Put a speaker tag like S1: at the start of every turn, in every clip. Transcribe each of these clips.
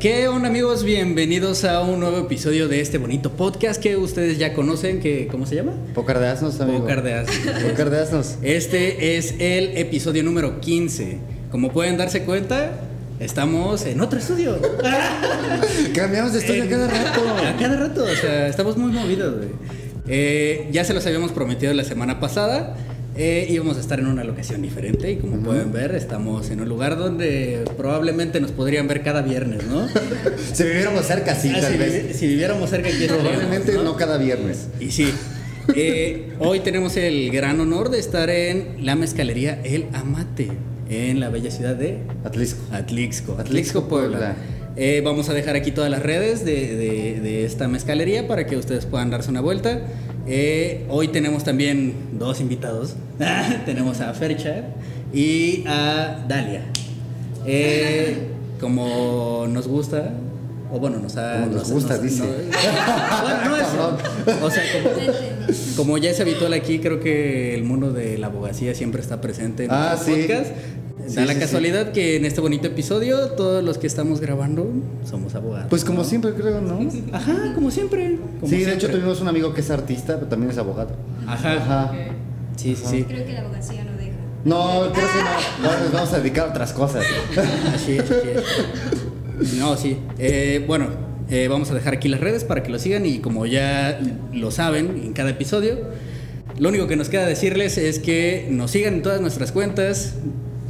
S1: ¿Qué onda amigos? Bienvenidos a un nuevo episodio de este bonito podcast que ustedes ya conocen, que ¿cómo se llama?
S2: Pocar de asnos, amigo.
S1: Pócar de Asnos.
S2: Pócar de asnos.
S1: Este es el episodio número 15. Como pueden darse cuenta, estamos en otro estudio.
S2: Cambiamos de historia
S1: En-
S2: Ah, cada
S1: A
S2: rato.
S1: cada rato, o sea, estamos muy movidos, güey. Eh, ya se los habíamos prometido la semana pasada. eh, íbamos a estar en una locación diferente y como pueden ver estamos en un lugar donde probablemente nos podrían ver cada viernes, ¿no?
S2: Si viviéramos cerca, sí,
S1: Ah,
S2: tal
S1: si,
S2: vez.
S1: vivi- si viviéramos cerca aquí estaríamos,
S2: Probablemente
S1: ¿no?
S2: no cada viernes.
S1: Y sí. eh, hoy tenemos el gran honor de estar en la mezcalería El Amate, en la bella ciudad de
S2: Atlisco.
S1: Atlixco.
S2: Atlixco,
S1: Atlixco, Puebla.
S2: Puebla.
S1: Eh, vamos a dejar aquí todas las redes de, de- de esta mezcalería para que ustedes puedan darse una vuelta. Eh, hoy tenemos también dos invitados. tenemos a Fercha y a Dalia. Eh, como nos gusta, o bueno, nos ha...
S2: Como nos gusta, dice.
S1: bueno, no eso. O sea, como, como ya es habitual aquí, creo que el mundo de la abogacía siempre está presente en
S2: Ah,
S1: los
S2: sí.
S1: podcasts.
S2: Sí,
S1: da la
S2: sí, sí.
S1: casualidad que en este bonito episodio todos los que estamos grabando somos abogados.
S2: Pues como siempre, creo, ¿no? Sí,
S1: ajá, como siempre. como
S2: de
S1: siempre.
S2: hecho tuvimos un amigo que es artista, pero también es abogado.
S1: Ajá.
S2: Ajá.
S1: Sí, sí, sí.
S3: Creo que la abogacía no deja.
S2: No, creo que no. Ahora nos vamos a dedicar a otras cosas.
S1: Así es, así es. No, sí. Eh, bueno, eh, vamos a dejar aquí las redes para que lo sigan y como ya lo saben en cada episodio, lo único que nos queda decirles es que nos sigan en todas nuestras cuentas,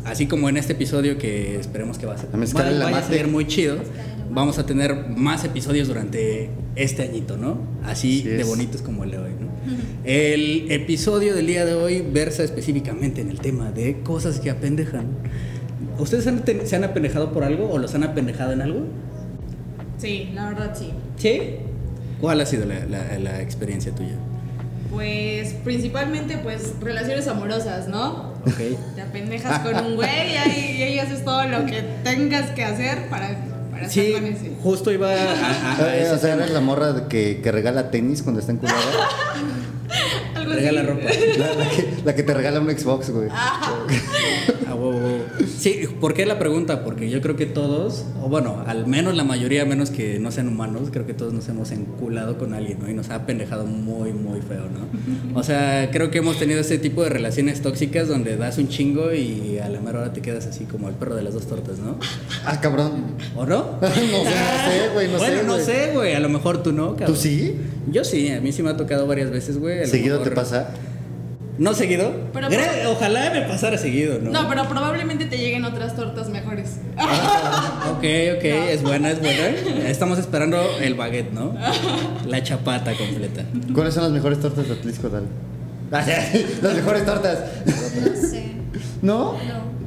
S1: así como en este episodio que esperemos que va a ser,
S2: La mezcala y la
S1: vaya a
S2: mate.
S1: ser muy chido. Vamos a tener más episodios durante este añito, ¿no? Así
S2: Así
S1: de
S2: es.
S1: bonitos como el de hoy, ¿no? El episodio del día de hoy versa específicamente en el tema de cosas que apendejan. ¿Ustedes han ten- se han apendejado por algo o los han apendejado en algo?
S4: Sí, la verdad sí.
S1: Sí. ¿Cuál ha sido la, la- la experiencia tuya?
S4: Pues principalmente pues relaciones amorosas, ¿no?
S1: Ok.
S4: Te apendejas con un güey y ahí, y ahí haces todo lo que tengas que hacer para, para
S1: Sí,
S4: estar con ese.
S1: justo iba a, a- a- a Ah,
S2: Eh,
S1: ese
S2: o sea,
S1: tema.
S2: eres la morra de que, que regala tenis cuando está enculada.
S4: Algo así.
S1: Regala ropa.
S2: La, la que, la que te regala un Xbox, güey.
S1: Ah, huevo, huevo. Sí, ¿por qué la pregunta? Porque yo creo que todos, o bueno, al menos la mayoría, a menos que no sean humanos, creo que todos nos hemos enculado con alguien, ¿no? Y nos ha pendejado muy, muy feo, ¿no? O sea, creo que hemos tenido ese tipo de relaciones tóxicas donde das un chingo y a la mera hora te quedas así como el perro de las dos tortas, ¿no?
S2: Ah, cabrón.
S1: ¿O no?
S2: No sé, no sé, güey, no
S1: bueno,
S2: sé,
S1: no
S2: güey.
S1: sé, güey. A lo mejor tú no, cabrón.
S2: ¿Tú sí?
S1: Yo sí, a mí sí me ha tocado varias veces, güey. a lo
S2: ¿Seguido te
S1: mejor-
S2: pasa?
S1: No seguido.
S4: Pero-
S1: Gra- Ojalá me pasara seguido, ¿no?
S4: No, pero probablemente te lleguen otras tortas mejores.
S1: Ok, ok, es buena, es buena. Estamos esperando el baguette, ¿no? La chapata completa.
S2: ¿Cuáles son las mejores tortas de Atlisco, Dal? las mejores tortas.
S3: No sé.
S2: ¿No?
S3: No.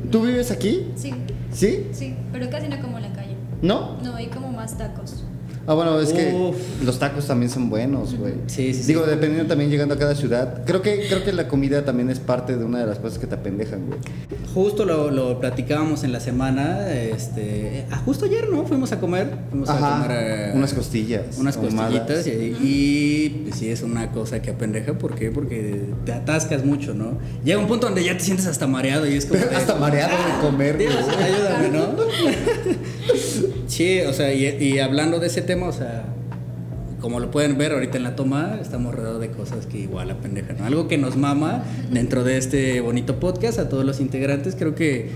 S2: ¿Tú vives aquí?
S3: Sí,
S2: ¿Sí?
S3: sí, pero casi no como en la calle.
S2: ¿No?
S3: No, hay como más tacos.
S2: Ah, bueno, es que
S1: Uf.
S2: los tacos también son buenos, güey.
S1: Sí, sí, sí.
S2: Digo, dependiendo también llegando a cada ciudad. Creo que, creo que la comida también es parte de una de las cosas que te apendejan, güey.
S1: Justo lo, lo platicábamos en la semana, este, ah, justo ayer, ¿no? Fuimos a comer, fuimos a comer eh,
S2: Unas costillas.
S1: unas
S2: ahumadas.
S1: costillitas y, y, pues, sí es una cosa que apendeja, ¿por qué? Porque te atascas mucho, ¿no? Llega un punto donde ya te sientes hasta mareado y es como de-
S2: Hasta mareado de comer,
S1: Dios,
S2: güey.
S1: ayúdame, ¿no? Sí, o sea, y, y hablando de ese tema, o sea, como lo pueden ver ahorita en la toma, estamos rodeados de cosas que igual a pendeja, ¿no? Algo que nos mama dentro de este bonito podcast a todos los integrantes. Creo que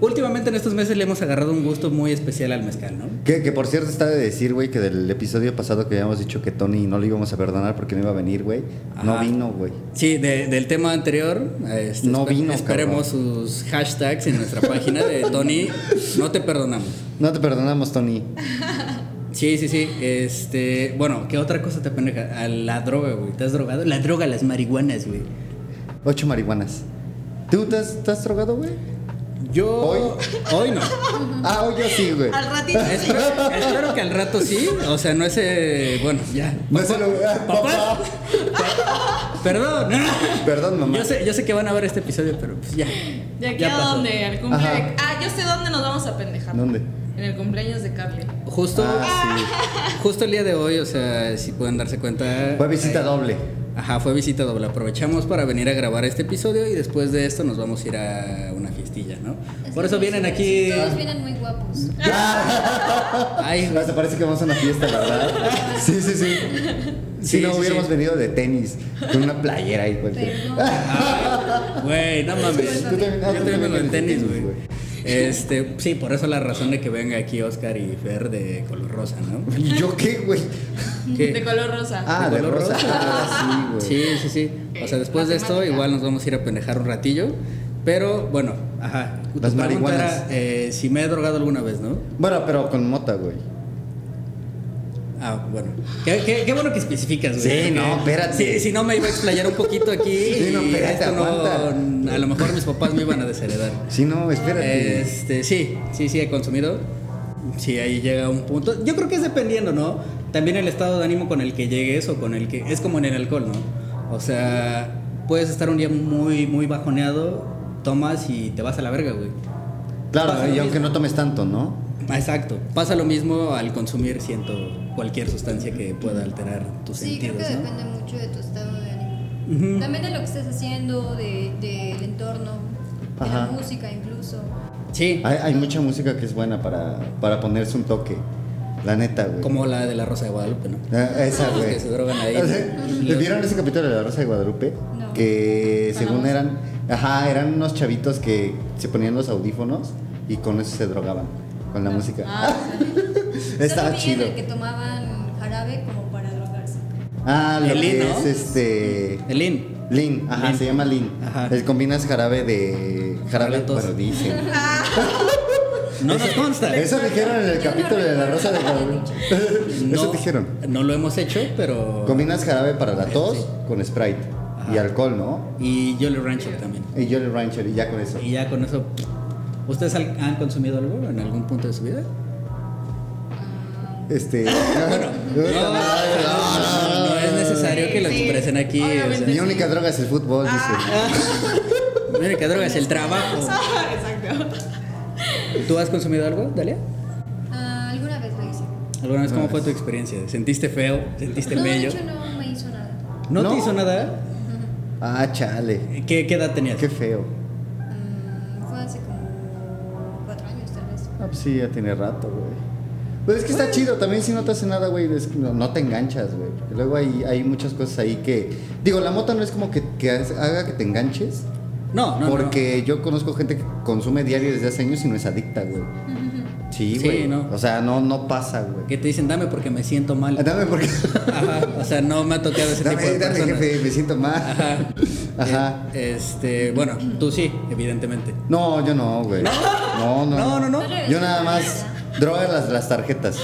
S1: últimamente en estos meses le hemos agarrado un gusto muy especial al mezcal, ¿no?
S2: Que, que por cierto está de decir, güey, que del episodio pasado que habíamos dicho que Tony no lo íbamos a perdonar porque no iba a venir, güey. No
S1: Ajá.
S2: vino, güey.
S1: Sí, de- del tema anterior, este,
S2: No
S1: espe-
S2: vino,
S1: Esperemos sus hashtags en nuestra página de Tony. No te perdonamos.
S2: No te perdonamos, Tony.
S1: Sí, sí, sí. Este, bueno, ¿qué otra cosa te pendeja? A la droga, güey. ¿Te has drogado? La droga, las marihuanas, güey.
S2: Ocho marihuanas. ¿Tú te has, te has drogado, güey?
S1: Yo.
S2: ¿Hoy?
S1: Hoy no.
S2: Ah, hoy yo sí, güey.
S4: Al ratito.
S1: Espero, espero que al rato sí. O sea, no ese. Bueno, ya.
S2: No es el lugar,
S1: Papá.
S2: papá.
S1: Perdón.
S2: Perdón, mamá.
S1: Yo sé, yo sé que van a ver este episodio, pero pues ya.
S4: ¿De aquí
S1: Ya
S4: a
S1: pasó.
S4: dónde? Al cumpleaños.
S2: Ajá.
S4: Ah, yo sé dónde nos vamos a pendejar.
S2: ¿Dónde?
S4: En el cumpleaños de Carly.
S1: Justo,
S2: Ah, sí.
S1: justo el día de hoy, o sea, si pueden darse cuenta.
S2: Fue visita doble.
S1: Ajá, fue visita doble. Aprovechamos para venir a grabar este episodio y después de esto nos vamos a ir a una fiestilla, ¿no? Por eso vienen aquí.
S3: Todos vienen muy guapos.
S1: Ay, güey.
S2: Hasta Ah, parece que vamos a una fiesta, ¿verdad? Sí, sí, sí.
S1: Sí,
S2: si no
S1: sí,
S2: hubiéramos
S1: sí.
S2: venido de tenis, con una playera y cualquier. Ah,
S3: Pero
S1: Ah. Güey, no mames. Yo
S2: Tú también- ah, tú
S1: también
S2: también
S1: vengo en
S2: eres de
S1: tenis,
S2: tenis,
S1: güey.
S2: güey.
S1: Este, sí, por eso la razón de que venga aquí Oscar y Fer de color rosa, ¿no?
S2: ¿Y yo qué, güey?
S1: Que-
S4: De color rosa.
S2: Ah,
S1: ¿De
S2: de,
S1: color
S2: rosa.
S1: rosa?
S2: Ah, sí, güey.
S1: Sí, sí, sí. O sea, después de esto
S4: Matemática.
S1: igual nos vamos a ir a pendejar un ratillo. Pero bueno, ajá. Tu
S2: Las
S1: pregunta
S2: marihuanas.
S1: era, eh, si me he drogado alguna vez, ¿no?
S2: Bueno, pero con mota, güey.
S1: Ah, bueno. Qué, qué- qué bueno que especificas, güey.
S2: Sí,
S1: Porque
S2: no, espérate.
S1: Si, si no, me iba a explayar un poquito aquí.
S2: Sí, no,
S1: y
S2: espérate,
S1: esto no-
S2: aguanta.
S1: a lo mejor mis papás me iban a desheredar.
S2: Sí, no, espérate.
S1: Este, sí, sí, sí, he consumido. Sí, ahí llega un punto. Yo creo que es dependiendo, ¿no? También el estado de ánimo con el que llegues o con el que. Es como en el alcohol, ¿no? O sea, puedes estar un día muy, muy bajoneado, tomas y te vas a la verga, güey. pasa
S2: claro, y
S1: lo
S2: aunque
S1: mismo.
S2: no tomes tanto, ¿no?
S1: Ah, Exacto. Pasa lo mismo al consumir, siento, cualquier sustancia que pueda alterar tus
S3: Sí, creo
S1: sentidos,
S3: que
S1: ¿no?
S3: depende mucho de tu estado de ánimo.
S1: Ujú.
S3: También de lo que estés haciendo, de- del entorno, de la
S2: Ajá.
S3: música incluso.
S1: Sí,
S2: Hay, hay mucha música que es buena para, para ponerse un toque. La neta, güey.
S1: como la de la Rosa de Guadalupe, ¿no?
S2: Ah, Esa,
S1: Los
S2: güey.
S1: que se drogan ahí.
S2: O sea, ¿le ¿Vieron ese capítulo de La Rosa de Guadalupe?
S3: No.
S2: Que
S4: Con la
S2: según
S4: voz.
S2: eran, ajá, eran unos chavitos que se ponían los audífonos y con eso se drogaban, con la música.
S4: Ah, sí.
S2: Estaba
S3: Solo vi en
S2: chido.
S3: el que tomaban jarabe como para drogarse.
S2: Ah, lo
S1: El
S2: que
S1: Lin, ¿no?
S2: es este...
S1: El IN.
S2: Lin, ajá,
S1: Lin.
S2: se llama Lin.
S1: Ajá.
S2: El combinas jarabe de... Jarabe,
S1: Jarabe tos.
S2: bueno, dicen.
S1: No nos consta.
S2: Eso dijeron en el
S3: Yo no
S2: capítulo de La
S3: recuerdo
S2: Rosa de
S3: que lo hayan
S2: Guadalupe.
S1: No,
S2: Eso dijeron.
S1: No lo hemos hecho, pero.
S2: Combinas jarabe para la tos
S1: Sí.
S2: con Sprite
S1: Ajá.
S2: y alcohol, ¿no?
S1: Y Jolly Rancher también.
S2: Y Jolly Rancher y ya con eso.
S1: Y ya con eso. ¿Ustedes al- han consumido algo en algún punto de su vida?
S2: Este.
S1: No, no, no, no, no es necesario que lo
S4: Sí, sí.
S1: expresen aquí. o sea,
S4: Obviamente.
S2: Mi única droga es el fútbol,
S1: Ah.
S2: dice.
S1: mira, qué droga es el trabajo.
S4: Exacto.
S1: ¿Tú has consumido algo, Dalia?
S3: Ah, alguna vez lo hice.
S1: ¿Alguna vez cómo
S2: No,
S1: fue
S2: es-
S1: tu experiencia? ¿Sentiste feo? ¿Sentiste
S3: no,
S1: bello?
S3: de hecho no me hizo nada.
S1: ¿No,
S2: No.
S1: te hizo nada?
S2: Ah, chale.
S1: ¿Qué, qué edad tenías?
S2: Qué feo.
S3: Mm, fue hace como cuatro años tal vez.
S2: Ah, pues sí, ya tiene rato, güey. Pero es que está chido, también si no te hace nada, güey, es que no, no te enganchas, güey. Porque luego hay, hay muchas cosas ahí que... Digo, la mota no es como que, que haga que te enganches,
S1: No, no. no.
S2: porque yo conozco gente que consume diario desde hace años y no es adicta, güey. Sí,
S1: Sí,
S2: güey.
S1: ¿no?
S2: O sea, no, no pasa, güey.
S1: Que te dicen, dame porque me siento mal.
S2: Dame porque...
S1: Ajá, o sea, no me ha tocado ese tipo
S2: Dame,
S1: de
S2: dame,
S1: personas.
S2: jefe, me siento mal.
S1: Ajá.
S2: Ajá.
S1: Eh, Este, bueno, tú sí, evidentemente.
S2: No, yo no, güey. No, no.
S1: No, no, no.
S2: Yo nada más droga las, las tarjetas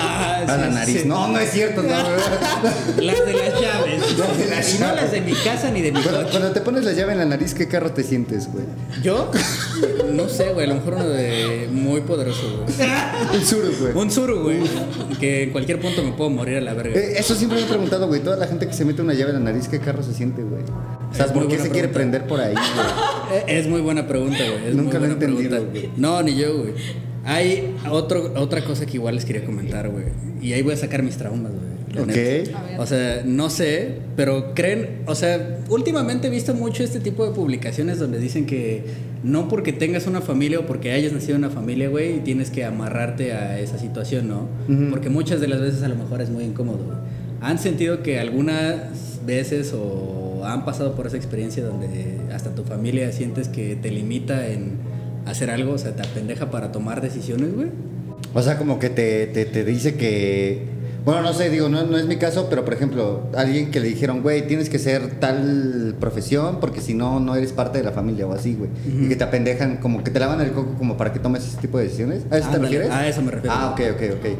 S1: Ah,
S2: a la
S1: sí,
S2: nariz.
S1: sí.
S2: No, no es cierto, no, güey.
S1: Las de las llaves.
S2: Las de las
S1: Y no
S2: llaves.
S1: las de mi casa ni de mi
S2: Cuando,
S1: coche.
S2: cuando te pones la llave en la nariz, ¿qué carro te sientes, güey?
S1: Yo, no sé, güey, a lo mejor uno de muy poderoso, güey.
S2: El suru, güey.
S1: Un suru, güey. Que en cualquier punto me puedo morir a la verga.
S2: Eh, eso siempre me he preguntado, güey. Toda la gente que se mete una llave en la nariz, ¿qué carro se siente, güey? O sea,
S1: Es muy
S2: ¿por qué
S1: buena
S2: se quiere
S1: pregunta.
S2: prender por ahí, güey?
S1: Eh, Es muy buena pregunta, güey. es muy
S2: Nunca lo he
S1: buena
S2: entendido,
S1: pregunta.
S2: güey.
S1: No, ni yo, güey. Hay otro, otra cosa que igual les quería comentar, güey. Y ahí voy a sacar mis traumas, güey. la
S2: Ok.
S1: neta.
S4: A ver.
S1: O sea, no sé, pero creen. O sea, últimamente he visto mucho este tipo de publicaciones donde dicen que no porque tengas una familia o porque hayas nacido en una familia, güey, tienes que amarrarte a esa situación, ¿no?
S2: Ujú.
S1: Porque muchas de las veces a lo mejor es muy incómodo. güey. ¿Han sentido que algunas veces o han pasado por esa experiencia donde hasta tu familia sientes que te limita en hacer algo, o sea, te apendeja para tomar decisiones, güey?
S2: O sea, como que te, te- te dice que. Bueno, no sé, digo, no, no es mi caso, pero por ejemplo, alguien que le dijeron, güey, tienes que ser tal profesión porque si no, no eres parte de la familia o así, güey. Y que te apendejan, como que te lavan el coco como para que tomes ese tipo de decisiones. ¿A eso te
S1: Ándale,
S2: refieres?
S1: a eso me refiero.
S2: Ah, ok, ok, ok.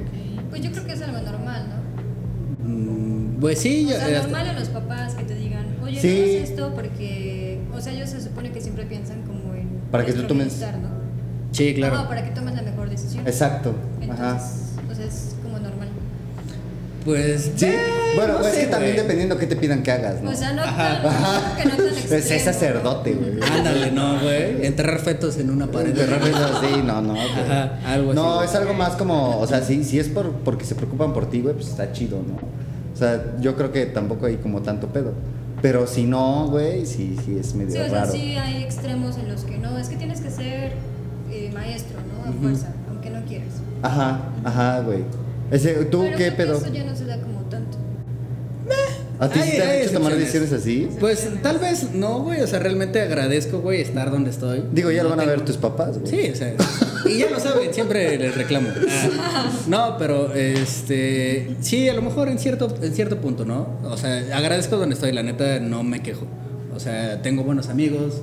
S3: Pues yo creo que es algo normal, ¿no?
S1: Mm, pues sí,
S3: O
S1: yo- eh,
S3: sea,
S1: hasta-
S3: normal a los papás que te digan, oye,
S2: Sí.
S3: no hagas esto porque, o sea, ellos se supone que siempre piensan como en
S2: Para que tú tomes.
S3: electromeditar, ¿no?
S1: Sí, claro.
S3: No, para que tomes la mejor decisión.
S2: Exacto. Ajá.
S3: Entonces, o sea, es como normal.
S1: Pues
S2: Sí.
S1: eh,
S2: Bueno,
S1: no
S2: es
S1: sé,
S2: que también
S1: güey.
S2: dependiendo qué te pidan que hagas, ¿no?
S3: O sea, no
S1: Ajá.
S3: tan, que Pues, no tan
S2: Pues
S3: extremo.
S2: es sacerdote, güey.
S1: Ándale, no, güey. Enterrar fetos en una pared.
S2: Enterrar eso así, no, no. güey.
S1: Ajá, algo así,
S2: No,
S1: güey.
S2: es algo más como, o sea, sí, si es por, porque se preocupan por ti, güey, pues está chido, ¿no? O sea, yo creo que tampoco hay como tanto pedo. Pero si no, güey, sí, sí es medio
S3: Sí, o sea,
S2: raro.
S3: sí hay extremos en los que no, es que tienes que ser eh, maestro, ¿no? A
S1: Ujú.
S3: fuerza, aunque no quieras.
S2: Ajá, ajá, güey. Ese, ¿Tú
S3: Pero
S2: qué
S3: creo que
S2: pedo?
S3: Eso ya no se da como tanto.
S2: ¿A ti sí
S1: Ay,
S2: te han
S1: hay
S2: hecho tomar
S1: excepciones.
S2: decisiones así?
S1: Pues tal vez no, güey. O sea, realmente agradezco, güey, estar donde estoy.
S2: Digo, ya lo
S1: No
S2: van a ver
S1: tengo-
S2: tus papás, güey.
S1: Sí, o sea. Y ya lo saben, siempre les reclamo. Ah, no, pero este. Sí, a lo mejor en cierto, en cierto punto, ¿no? O sea, agradezco donde estoy, la neta, no me quejo. O sea, tengo buenos amigos,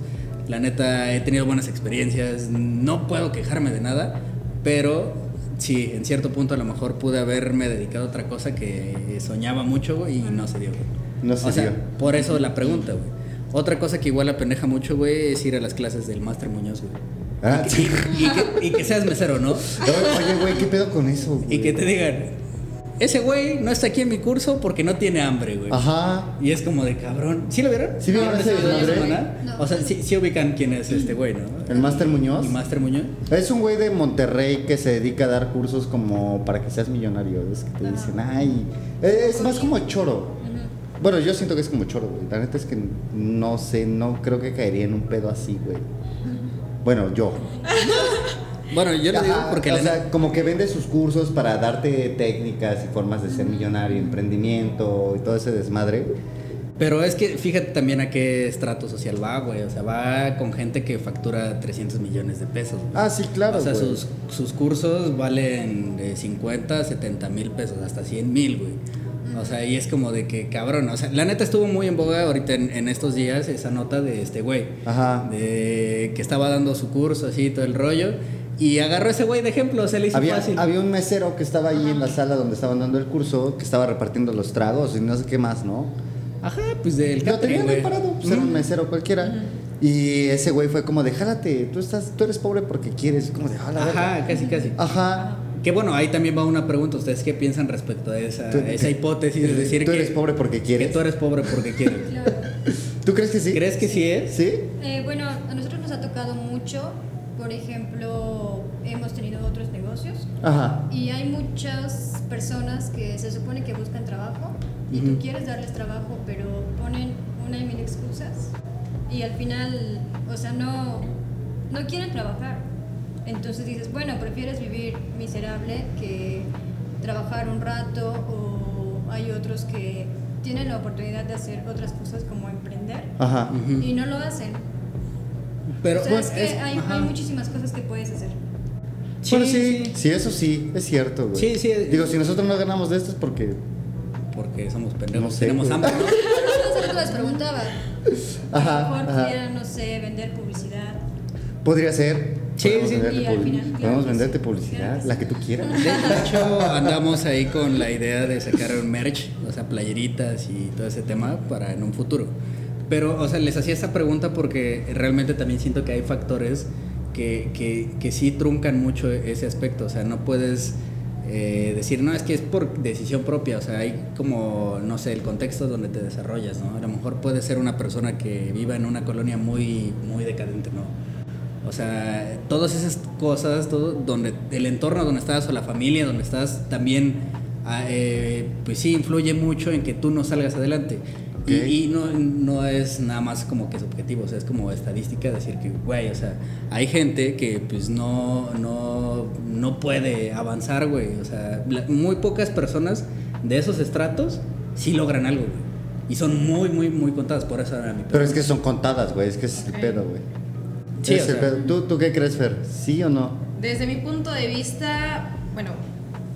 S1: la neta, he tenido buenas experiencias, no puedo quejarme de nada, pero sí, en cierto punto a lo mejor pude haberme dedicado a otra cosa que soñaba mucho güey, y no se dio. güey.
S2: No se
S1: O sea,
S2: dio.
S1: Por eso la pregunta, güey. Otra cosa que igual apendeja mucho, güey, es ir a las clases del Máster Muñoz, güey.
S2: Ah,
S1: Y-
S2: sí.
S1: y, que, y que seas mesero, ¿no?
S2: Oye, güey, ¿qué pedo con eso?
S1: Y
S2: güey?
S1: que te digan, ese güey no está aquí en mi curso porque no tiene hambre, güey.
S2: Ajá.
S1: Y es como de cabrón. ¿Sí lo vieron?
S2: ¿Sí vieron ese
S1: video de la
S2: desmadre? Mm.
S1: semana?
S3: No.
S1: O sea, sí, sí ubican quién es este güey, ¿no?
S2: ¿El Máster Muñoz?
S1: ¿El Máster Muñoz?
S2: Es un güey de Monterrey que se dedica a dar cursos como para que seas millonario. Es que te dicen, ay. eh, Es más como choro.
S3: Ujú.
S2: Bueno, yo siento que es como choro, güey. La neta es que no sé, no creo que caería en un pedo así, güey. Bueno, yo.
S1: Bueno, yo lo digo
S2: Ajá,
S1: porque
S2: o
S1: la
S2: sea, como que vende sus cursos para darte técnicas y formas de ser millonario, emprendimiento y todo ese desmadre.
S1: Pero es que fíjate también a qué estrato social va, güey. O sea, va con gente que factura 300 millones de pesos. güey.
S2: Ah, sí, claro.
S1: o sea,
S2: güey.
S1: sus, sus cursos valen de 50, 70 mil pesos, hasta 100 mil, güey. O sea, y es como de que cabrón. O sea, la neta estuvo muy en boga ahorita en, en estos días esa nota de este güey.
S2: Ajá.
S1: De que estaba dando su curso, así, todo el rollo. Y agarró a ese güey de ejemplo, se le hizo
S2: Había,
S1: fácil.
S2: había un mesero que estaba ahí en la sala donde estaban dando el curso, que estaba repartiendo los tragos y no sé qué más, ¿no?
S1: Ajá, pues del
S2: Lo
S1: catering,
S2: tenían ahí
S1: güey.
S2: parado, pues era un
S1: Mm.
S2: mesero cualquiera. Y ese güey fue como de, jálate, tú, estás, tú eres pobre porque quieres. Como de, jala, verga". Ah.
S1: Ajá, casi, casi.
S2: Ajá.
S1: Que bueno, ahí también va una pregunta. ¿Ustedes qué piensan respecto a esa,
S2: Tú- eh,
S1: esa hipótesis de decir
S2: tú
S1: que,
S2: eres pobre porque
S1: que
S2: quieres.
S1: tú eres pobre porque quieres?
S3: Claro.
S2: ¿Tú crees que sí?
S1: ¿Crees que sí es?
S2: ¿Sí?
S3: Eh, bueno, a nosotros nos ha tocado mucho. Por ejemplo, hemos tenido otros negocios
S2: Ajá.
S3: y hay muchas personas que se supone que buscan trabajo y tú
S1: Ujú.
S3: quieres darles trabajo, pero ponen una y mil excusas y al final, o sea, no, no quieren trabajar. Entonces dices, bueno, prefieres vivir miserable que trabajar un rato o hay otros que tienen la oportunidad de hacer otras cosas como emprender
S2: Ajá.
S1: Ujú.
S3: y no lo hacen.
S1: Pero
S3: O sea,
S1: bueno,
S3: es que
S1: es-
S3: hay,
S1: ajá.
S3: hay muchísimas cosas que puedes hacer.
S2: Bueno, sí, sí, eso sí, es cierto, güey.
S1: Sí, sí.
S2: Digo, si nosotros no ganamos de esto es porque.
S1: Porque somos pendejos,
S2: No sé,
S1: tenemos
S2: güey.
S1: hambre. ¿no? pues.
S3: Yo hace rato les preguntaba.
S2: Ajá,
S3: a lo mejor
S2: ajá.
S3: quieran, no sé, vender publicidad.
S2: Podría ser.
S1: Sí,
S2: Podemos
S1: sí.
S2: venderte
S3: Y al
S2: publi-
S3: final, claro
S2: Podemos
S3: que
S2: venderte
S3: sí.
S2: publicidad,
S3: Claro que
S2: la
S3: sí.
S2: que tú quieras.
S1: De hecho, andamos ahí con la idea de sacar un merch, o sea, playeritas y todo ese tema para en un futuro. Pero, o sea, les hacía esta pregunta porque realmente también siento que hay factores que, que, que sí truncan mucho ese aspecto. O sea, no puedes eh, decir, no, es que es por decisión propia. O sea, hay como, no sé, el contexto donde te desarrollas, ¿no? A lo mejor puedes ser una persona que viva en una colonia muy, muy decadente, ¿no? O sea, todas esas cosas, todo donde el entorno donde estás o la familia donde estás también, ah, eh, pues sí, influye mucho en que tú no salgas adelante. Y-
S2: Ok.
S1: Y, no, no es nada más como que subjetivo, o sea, es como estadística decir que, güey, o sea, hay gente que pues no, no, no puede avanzar, güey. O sea, la- muy pocas personas de esos estratos sí logran algo, güey. Y son muy, muy, muy contadas, por eso era mi
S2: Pero es
S1: pregunta.
S2: que son contadas, güey. Es que ese es el pedo, güey.
S1: Sí,
S2: Ese
S1: o
S2: es el
S1: sea.
S2: pedo. ¿Tú, ¿Tú qué crees, Fer? ¿Sí o no?
S4: Desde mi punto de vista, bueno,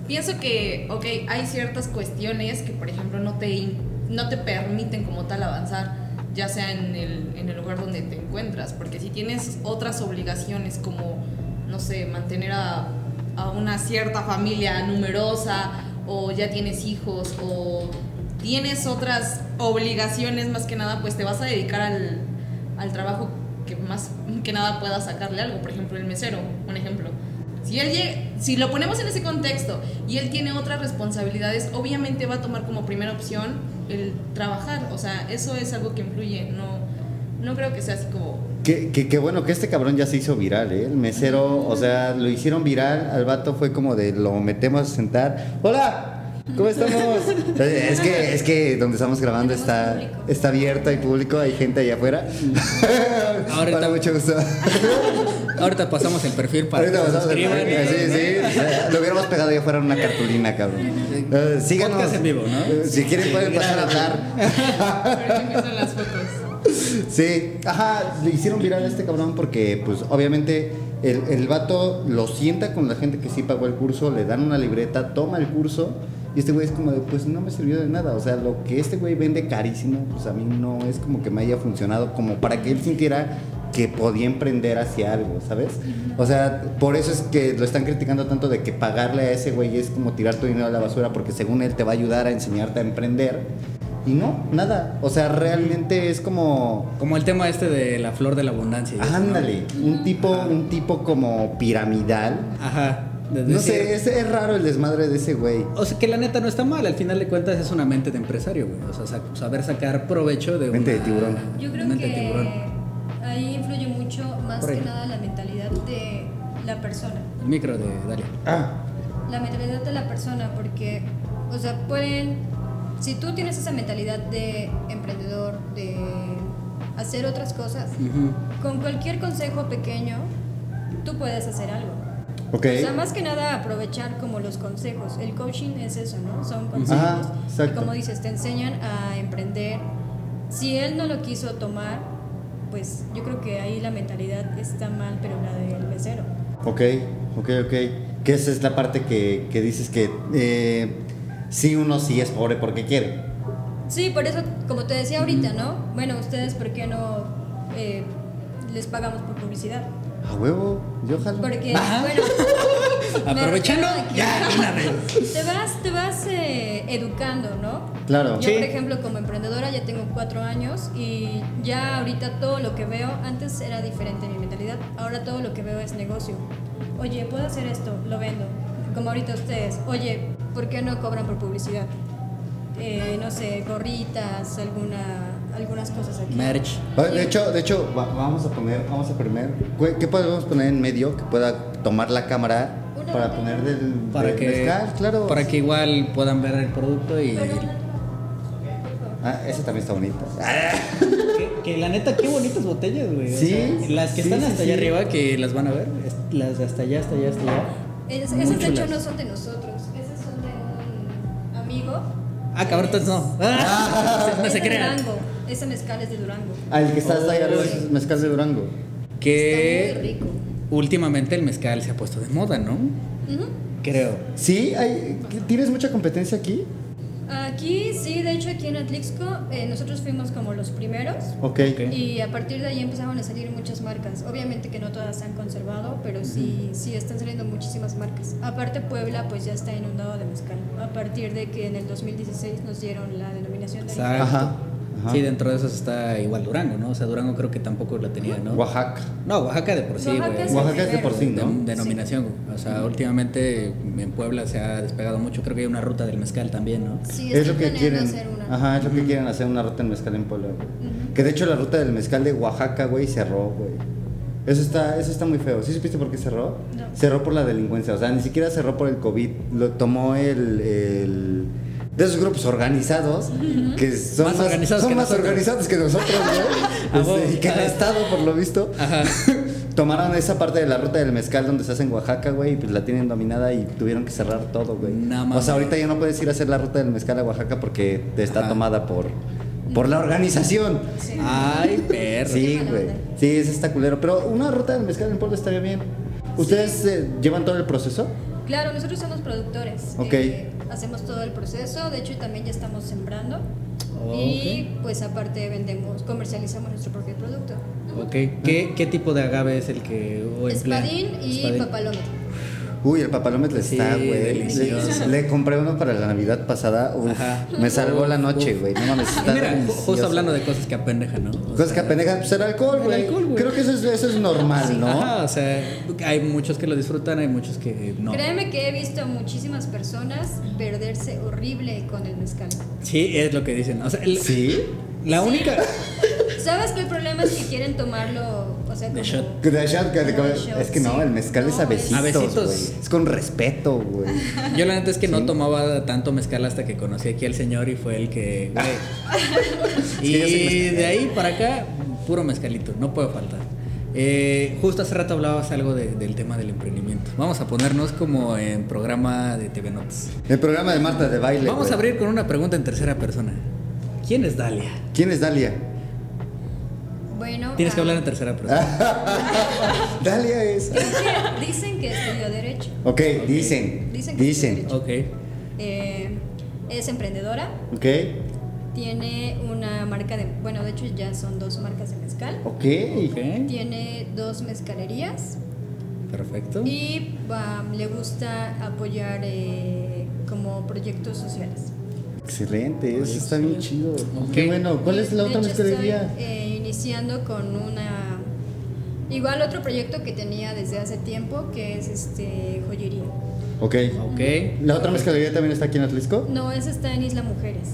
S4: pienso que, ok, hay ciertas cuestiones que, por ejemplo, no te, in- no te permiten como tal avanzar, ya sea en el, en el lugar donde te encuentras, porque si tienes otras obligaciones como, no sé, mantener a, a una cierta familia numerosa, o ya tienes hijos, o tienes otras obligaciones más que nada, pues te vas a dedicar al, al trabajo que más que nada pueda sacarle algo. Por ejemplo, el mesero, un ejemplo. Si, él llega- si lo ponemos en ese contexto y él tiene otras responsabilidades, obviamente va a tomar como primera opción el trabajar. O sea, eso es algo que influye. No, no creo que sea así como...
S2: Que, que- que bueno, que este cabrón ya se hizo viral, ¿eh? El mesero, o sea, lo hicieron viral, al vato fue como de lo metemos a sentar. ¡Hola! ¿Cómo estamos? Eh, es, que, es que donde estamos grabando
S3: Tenemos
S2: está,
S3: público.
S2: está abierto, hay público, hay gente allá afuera.
S1: Ahorita-
S2: Hola, mucho gusto.
S1: Ahorita pasamos el perfil para
S2: Ahorita
S1: que se
S2: pasamos el
S1: suscriban.
S2: perfil. Sí, sí. Eh, Lo hubiéramos pegado allá afuera en una cartulina, cabrón. Eh, síganos.
S1: Podcast en vivo, ¿no?
S2: Eh, Si quieren
S1: Sí,
S2: pueden pasar a
S1: graben.
S2: hablar.
S4: son las fotos.
S2: Sí, ajá, le hicieron viral a este cabrón porque, pues, obviamente, el, el vato lo sienta con la gente que sí pagó el curso, le dan una libreta, toma el curso, y este güey es como de, pues, no me sirvió de nada. O sea, lo que este güey vende carísimo, pues a mí no es como que me haya funcionado, como para que él sintiera que podía emprender hacia algo, ¿sabes? O sea, por eso es que lo están criticando tanto de que pagarle a ese güey es como tirar tu dinero a la basura porque según él te va a ayudar a enseñarte a emprender. Y no, nada. O sea, realmente es como
S1: Como el tema este de la flor de la abundancia. y eso, ¿no?
S2: Ándale, un tipo, un tipo como piramidal.
S1: Ajá. de
S2: No
S1: decir-
S2: sé, es, es raro el desmadre de ese güey.
S1: O sea, que la neta no está mal, al final de cuentas es una mente de empresario, güey. O sea, sa- saber sacar provecho de
S2: Mente
S1: una-
S2: de tiburón.
S3: Yo creo
S1: mente de tiburón.
S3: que ahí influye mucho más
S1: Por ahí.
S3: que nada la mentalidad de la persona.
S1: El micro de Dalia.
S2: Ah,
S3: la mentalidad de la persona, porque, o sea, pueden, si tú tienes esa mentalidad de emprendedor, de hacer otras cosas,
S1: Ujú.
S3: con cualquier consejo pequeño, tú puedes hacer algo.
S2: ok.
S3: O sea, más que nada aprovechar como los consejos. El coaching es eso, ¿no? Son consejos.
S2: Ajá, exacto.
S3: y como dices, te enseñan a emprender. Si él no lo quiso tomar, pues yo creo que ahí la mentalidad está mal, pero la del mesero.
S2: Ok, ok, ok. Que esa es la parte que, que dices que eh, sí uno sí es pobre porque quiere.
S3: Sí, por eso, como te decía ahorita, ¿no? Bueno, ustedes, ¿por qué no eh, les pagamos por publicidad?
S2: A huevo, yo jalo.
S3: Porque, bueno.
S1: Aprovechando,
S3: me refiero a que
S1: ya, de una vez.
S3: Te vas, te vas eh, educando, ¿no?
S2: Claro.
S3: Yo, por ejemplo, como emprendedora ya tengo cuatro años y ya ahorita todo lo que veo, antes era diferente mi mentalidad, ahora todo lo que veo es negocio. Oye, puedo hacer esto, lo vendo, como ahorita ustedes. Oye, ¿por qué no cobran por publicidad? Eh, no sé, gorritas, alguna, algunas cosas aquí.
S1: Merch.
S2: Ah, De hecho, de hecho va- vamos a poner, vamos a poner, ¿qué- ¿qué podemos poner en medio que pueda tomar la cámara
S3: Una
S2: para
S3: botella.
S2: poner del,
S1: Para
S2: del
S1: que,
S2: mezcal? Claro.
S1: para que igual puedan ver el producto y.
S3: Pero natural, por favor.
S2: Ah, esa también está bonita.
S1: Que, que la neta, qué bonitas botellas, güey. O
S2: Sí,
S1: sea, las que
S2: sí,
S1: están
S2: sí,
S1: hasta
S2: sí.
S1: allá arriba, que las van a ver. es- Las de hasta allá, hasta allá, hasta allá.
S3: Esas,
S1: Muy
S3: esas, de hecho
S1: chulas.
S3: no son de nosotros, esas son de un amigo.
S1: Ah, cabrón, entonces no. no
S3: Es
S1: se
S3: de
S1: crean.
S3: Durango, ese mezcal es de Durango.
S2: Ah, el que está hasta allá arriba
S1: Uy.
S2: es mezcal de Durango.
S3: Está muy
S1: Que
S3: rico.
S1: últimamente el mezcal se ha puesto de moda, ¿no?
S3: Ujú.
S1: Creo.
S2: Sí, hay, ¿tienes mucha competencia aquí?
S3: Aquí sí, de hecho aquí en Atlixco eh, nosotros fuimos como los primeros
S2: Ok.
S1: Ok.
S3: y a partir de ahí empezaron a salir muchas marcas. Obviamente que no todas se han conservado, pero sí, sí están saliendo muchísimas marcas. Aparte Puebla pues ya está inundado de mezcal, a partir de que en el 2016 nos dieron la denominación de origen.
S1: Exacto.
S2: Ajá, ajá.
S1: Sí, dentro de esos está igual Durango, ¿no? O sea, Durango creo que tampoco la tenía, ¿no?
S2: Oaxaca.
S1: No, Oaxaca de por sí,
S3: Oaxaca
S1: güey.
S3: es el
S2: Oaxaca es de por sí,
S1: De-
S3: primero.
S2: ¿no?
S1: Denominación, güey. O sea, últimamente en Puebla se ha despegado mucho. Creo que hay una ruta del mezcal también, ¿no?
S3: Sí,
S2: Es
S3: están
S2: lo que
S3: planeando
S2: quieren.
S3: hacer una.
S2: Ajá, es lo que quieren hacer una ruta del mezcal en Puebla. güey. Que de hecho la ruta del mezcal de Oaxaca, güey, cerró, güey. Eso está, eso está muy feo. ¿Sí supiste por qué cerró?
S3: No.
S2: Cerró por la delincuencia. O sea, ni siquiera cerró por el COVID. Lo tomó el. el- de esos grupos organizados que son
S1: Más
S2: más,
S1: organizados
S2: son
S1: que
S2: más
S1: nosotros.
S2: organizados que nosotros,
S1: Ah,
S2: güey. Este,
S1: bueno.
S2: y que el
S1: Ah.
S2: Estado, por lo visto.
S1: Ajá.
S2: Tomaron esa parte de la ruta del mezcal donde se hace en Oaxaca, güey, y pues la tienen dominada y tuvieron que cerrar todo, güey.
S1: No
S2: o
S1: mames.
S2: sea, ahorita ya no puedes ir a hacer la ruta del mezcal a Oaxaca porque te está
S1: Ajá.
S2: tomada por, por la organización.
S1: Ay, perro.
S2: Sí,
S3: Qué mala
S2: güey.
S3: onda.
S2: Sí, ese está culero. Pero una ruta del mezcal en Puebla estaría bien. ¿Ustedes eh, llevan todo el proceso?
S3: Claro, nosotros somos productores. eh,
S2: Ok.
S3: hacemos todo el proceso, de hecho también ya estamos sembrando.
S1: Oh,
S3: Y pues aparte vendemos, comercializamos nuestro propio producto.
S1: Ok. ¿Qué, qué tipo de agave es el que o emplea?
S3: Espadín y
S1: Espadín.
S3: papalote.
S2: Uy, el papalometle
S1: Sí,
S2: está, güey.
S1: delicioso.
S2: Le, le compré uno para la Navidad pasada. Uf,
S1: Ajá.
S2: me salvó la noche,
S1: Uf.
S2: güey. No mames, está
S1: Ah, Mira, ju-
S2: delicioso.
S1: justo hablando de cosas que apendejan, ¿no? O
S2: Cosas que
S1: sea,
S2: apendejan, pues el alcohol,
S1: el
S2: güey.
S1: alcohol, güey.
S2: Creo que eso es, eso es normal, ¿no?
S1: Ajá, o sea, hay muchos que lo disfrutan, hay muchos que no.
S3: Créeme que he visto a muchísimas personas perderse horrible con el mezcal.
S1: Sí, es lo que dicen. O sea, el-
S2: ¿Sí?
S1: la única.
S3: ¿Sabes qué? El problema es que quieren tomarlo, o sea,
S1: De
S3: como...
S1: shot.
S2: Que de allá- que-
S3: Como de
S2: que-
S3: shot,
S2: es que no,
S3: sí.
S2: el mezcal es
S3: No,
S2: a besitos,
S1: A besitos.
S2: güey. Es con respeto, güey.
S1: Yo la neta es que no
S2: Sí.
S1: tomaba tanto mezcal hasta que conocí aquí al señor y fue el que. güey.
S2: Sí, yo soy
S1: y
S2: mezcalero.
S1: de ahí para acá, puro mezcalito, no puede faltar. Eh, justo hace rato hablabas algo de- del tema del emprendimiento. Vamos a ponernos como en programa de TV Notas.
S2: El programa de Marta de baile.
S1: Vamos
S2: güey.
S1: a abrir con una pregunta en tercera persona. ¿Quién es Dalia?
S2: ¿Quién es Dalia?
S3: Bueno,
S1: Tienes que
S3: ah,
S1: hablar en tercera persona.
S2: Dalia es.
S3: Dicen, dicen que estudió Derecho,
S2: Ok, dicen.
S3: Dicen
S2: Dicen.
S3: que
S1: Ok.
S3: eh, es emprendedora,
S2: Ok.
S3: tiene una marca de... Bueno, de hecho ya son dos marcas de mezcal.
S2: Ok.
S1: Ok.
S3: Tiene dos mezcalerías
S1: Perfecto.
S3: y um, le gusta apoyar eh, como proyectos sociales.
S2: Excelente, eso
S1: Oye,
S2: está bien
S1: sí.
S2: chido.
S1: Ok.
S2: Qué bueno. ¿Cuál
S3: Y,
S2: es la
S3: de
S2: otra
S3: hecho,
S2: mezcalería?
S3: Estoy eh, iniciando con una. Igual otro proyecto que tenía desde hace tiempo, que es este joyería.
S2: Ok.
S1: Ok.
S2: ¿La otra mezcalería también está aquí en Atlisco?
S3: No, esa está en Isla Mujeres.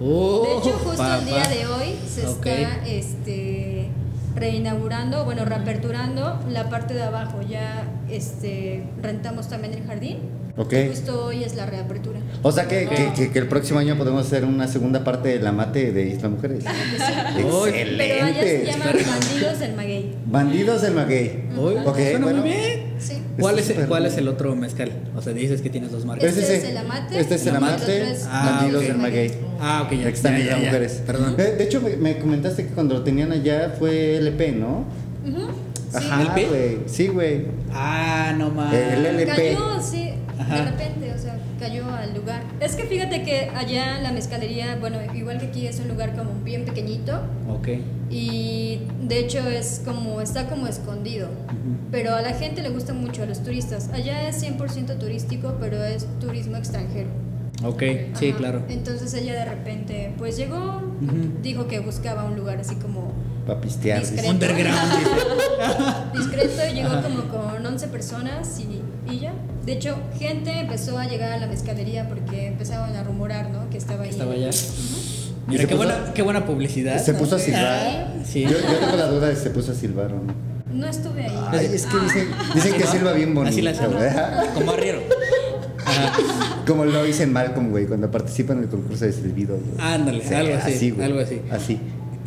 S1: Oh,
S3: de hecho, justo el día
S1: papá.
S3: de hoy se
S1: Ok.
S3: está este, reinaugurando, bueno, reaperturando la parte de abajo. Ya este, rentamos también el jardín.
S2: Ok.
S3: Y Justo hoy es la reapertura.
S2: O sea que, que- que- que el próximo año podemos hacer una segunda parte de la mate de Isla Mujeres.
S1: Uy.
S3: Ah, Pero allá se
S2: Excelente.
S3: llaman Bandidos del Maguey.
S2: Bandidos del maguey.
S1: Uy,
S2: Ok,
S1: suena
S2: bueno.
S1: muy bien.
S3: Sí.
S1: ¿Cuál
S2: Está
S1: es, el,
S2: súper
S1: ¿Cuál
S2: bien.
S1: es el otro mezcal? O sea, dices que tienes dos marcas.
S3: Este
S2: Ese
S3: es el amate,
S2: Este es el
S1: el amate.
S2: amate.
S3: El otro es
S2: Bandidos
S1: Ah, ok.
S2: del maguey.
S1: Ah, ok, ya.
S2: Están
S1: ya,
S2: en
S1: ya,
S2: Isla
S1: ya.
S2: Mujeres.
S1: Perdón.
S2: De, de hecho, me, me comentaste que cuando lo tenían allá fue LP, ¿no?
S3: Ujú,
S2: Ajá,
S1: ¿LP?
S2: güey. Sí, güey.
S1: Ah, no más.
S2: El LP.
S3: Cayó, sí,
S1: Ajá.
S3: de repente, o sea, cayó al lugar. Es que fíjate que allá la mezcalería, bueno, igual que aquí es un lugar como bien pequeñito
S1: Ok.
S3: y de hecho es como, está como escondido. Pero a la gente le gusta mucho, a los turistas. Allá es 100% turístico, pero es turismo extranjero.
S1: Ok, sí,
S3: Ajá.
S1: claro.
S3: Entonces ella de repente, pues llegó,
S1: Ujú.
S3: dijo que buscaba un lugar así como
S2: Para pistear. dice.
S3: Discreto.
S1: Underground. dice.
S3: discreto y llegó como con 11 personas y, y ya. De hecho, gente empezó a llegar a la pescadería porque empezaban a rumorar, ¿no? Que estaba ahí.
S1: Estaba allá.
S2: ¿Y
S1: Mira,
S2: se
S1: qué
S2: puso-
S1: buena, qué buena publicidad.
S2: Se puso a
S1: Ah,
S2: silbar.
S1: Sí.
S2: Yo, yo tengo la duda de si se puso a silbar o no.
S3: No estuve ahí.
S2: Ay, es que dicen, dicen que
S1: ¿no?
S2: silba bien bonito.
S1: Ah. Así la silba.
S2: ¿verdad?
S1: Como arriero. Ajá.
S2: Como lo hice en Malcolm, güey, cuando participa en el concurso de silbido. güey.
S1: Ándale, algo así,
S2: güey,
S1: algo así.
S2: Así.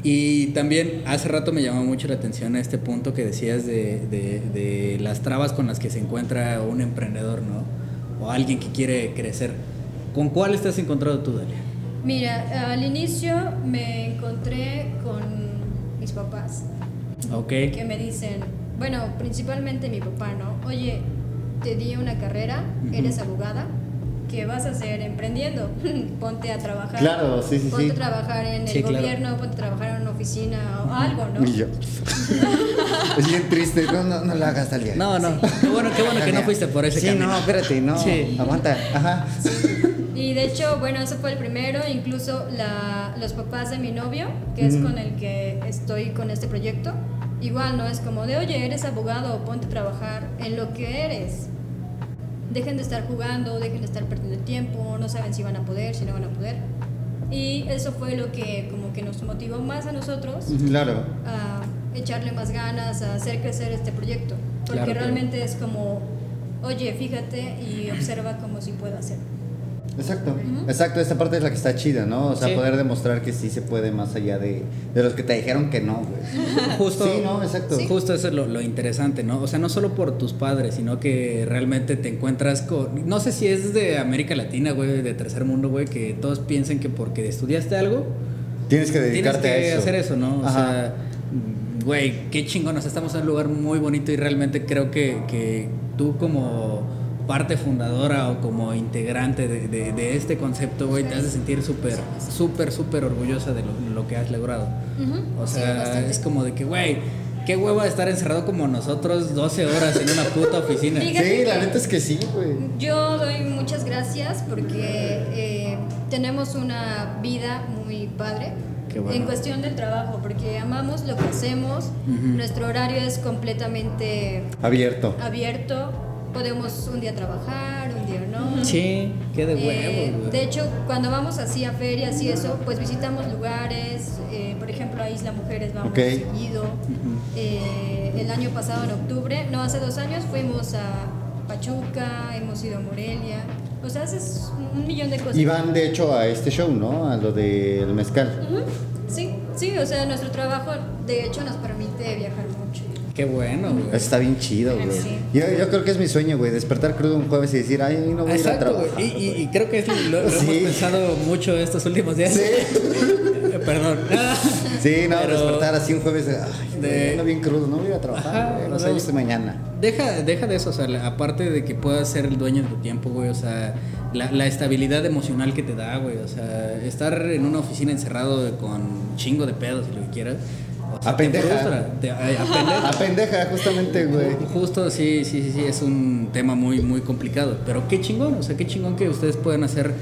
S1: Y también hace rato me llamó mucho la atención este punto que decías de, de- de las trabas con las que se encuentra un emprendedor, ¿no? O alguien que quiere crecer. ¿Con cuál estás encontrado tú, Dalia?
S3: Mira, al inicio me encontré con mis papás que
S1: Ok.
S3: me dicen, bueno, principalmente mi papá, ¿no? Oye, te di una carrera, eres
S1: Ujú.
S3: abogada, ¿qué vas a hacer emprendiendo? ponte a trabajar.
S2: Claro, sí, sí,
S3: Ponte
S2: sí.
S3: a trabajar en el
S1: Sí, claro.
S3: gobierno, ponte a trabajar en una oficina o algo, ¿no?
S2: Y yo. es bien triste. No, no, no lo hagas, Dalia.
S1: No, no. Qué bueno, qué bueno que no
S2: Dalia.
S1: fuiste por ese
S2: Sí,
S1: camino.
S2: no, espérate, no.
S1: Sí.
S2: Aguanta. Ajá.
S3: Y de hecho, bueno, ese fue el primero, incluso la- los papás de mi novio, que es
S2: Ujú.
S3: con el que estoy con este proyecto, igual no es como de, oye, eres abogado, ponte a trabajar en lo que eres. Dejen de estar jugando, dejen de estar perdiendo el tiempo, no saben si van a poder, si no van a poder. Y eso fue lo que como que nos motivó más a nosotros
S2: Claro.
S3: a echarle más ganas, a hacer crecer este proyecto, porque
S1: Claro, claro.
S3: realmente es como, oye, fíjate y observa como si puedo hacerlo.
S2: Exacto, exacto, esta parte es la que está chida, ¿no? O sea,
S1: Sí.
S2: poder demostrar que sí se puede más allá de, de los que te dijeron que no, güey.
S1: Justo,
S2: Sí, no, exacto. Sí.
S1: justo eso es lo, lo interesante, ¿no? O sea, no solo por tus padres, sino que realmente te encuentras con... No sé si es de América Latina, güey, de tercer mundo, güey, que todos piensen que porque estudiaste algo,
S2: Tienes que
S1: tienes
S2: dedicarte
S1: que
S2: a eso.
S1: hacer eso, ¿no? O
S2: Ajá.
S1: sea, güey, qué chingón. O sea, estamos en un lugar muy bonito y realmente creo que, que tú como parte fundadora o como integrante de, de- de este concepto, güey, te has de sentir súper, súper, súper orgullosa de lo, lo que has logrado.
S3: Ujú,
S1: O
S3: sí,
S1: sea,
S3: bastante.
S1: es como de que, güey, Qué hueva estar encerrado como nosotros 12 horas en una puta oficina.
S3: Sí.
S2: Sí, la neta es que sí, güey.
S3: Yo doy muchas gracias porque eh, tenemos una vida muy padre
S1: Qué bueno.
S3: en cuestión del trabajo, porque amamos lo que hacemos, nuestro horario es completamente
S2: Abierto.
S3: Ah, abierto, podemos un día trabajar, un día no.
S1: Sí, qué de
S3: Eh,
S1: huevos, güey.
S3: de hecho, cuando vamos así a ferias y eso, pues visitamos lugares, eh, por ejemplo a Isla Mujeres vamos
S2: Ok.
S3: seguido. Eh, el año pasado en octubre, no hace dos años fuimos a Pachuca, hemos ido a Morelia, o sea, haces un millón de cosas.
S2: Y van, de hecho, a este show, ¿no? A lo del mezcal.
S3: Ujú. Sí, sí, o sea, nuestro trabajo de hecho nos permite viajar mucho.
S1: Qué bueno, güey.
S2: Eso está bien chido, güey.
S4: Sí.
S2: Yo, yo creo que es mi sueño, güey. Despertar crudo un jueves y decir, ay, hoy no voy a ir a
S1: Exacto, güey.
S2: trabajar.
S1: Y, y- y creo que es lo, lo
S2: Sí.
S1: hemos pensado mucho estos últimos días.
S2: Sí,
S1: Eh, Perdón.
S2: sí, no,
S1: Pero
S2: despertar así un jueves, ay,
S1: De-
S2: güey, ando bien crudo, no voy a ir a trabajar,
S1: Ajá,
S2: güey,
S1: no.
S2: no sé, yo sé mañana.
S1: Deja, deja de eso, o sea, la- aparte de que puedas ser el dueño de tu tiempo, güey, o sea, la, la estabilidad emocional que te da, güey, o sea, estar en una oficina encerrado con chingo de pedos y lo que quieras. o sea, te
S2: Apendeja.
S1: frustra, te- ay, apendeja.
S2: A pendeja, justamente, güey.
S1: Justo, sí, sí, sí, sí, es un tema muy, muy complicado. Pero qué chingón, o sea, qué chingón que ustedes puedan hacer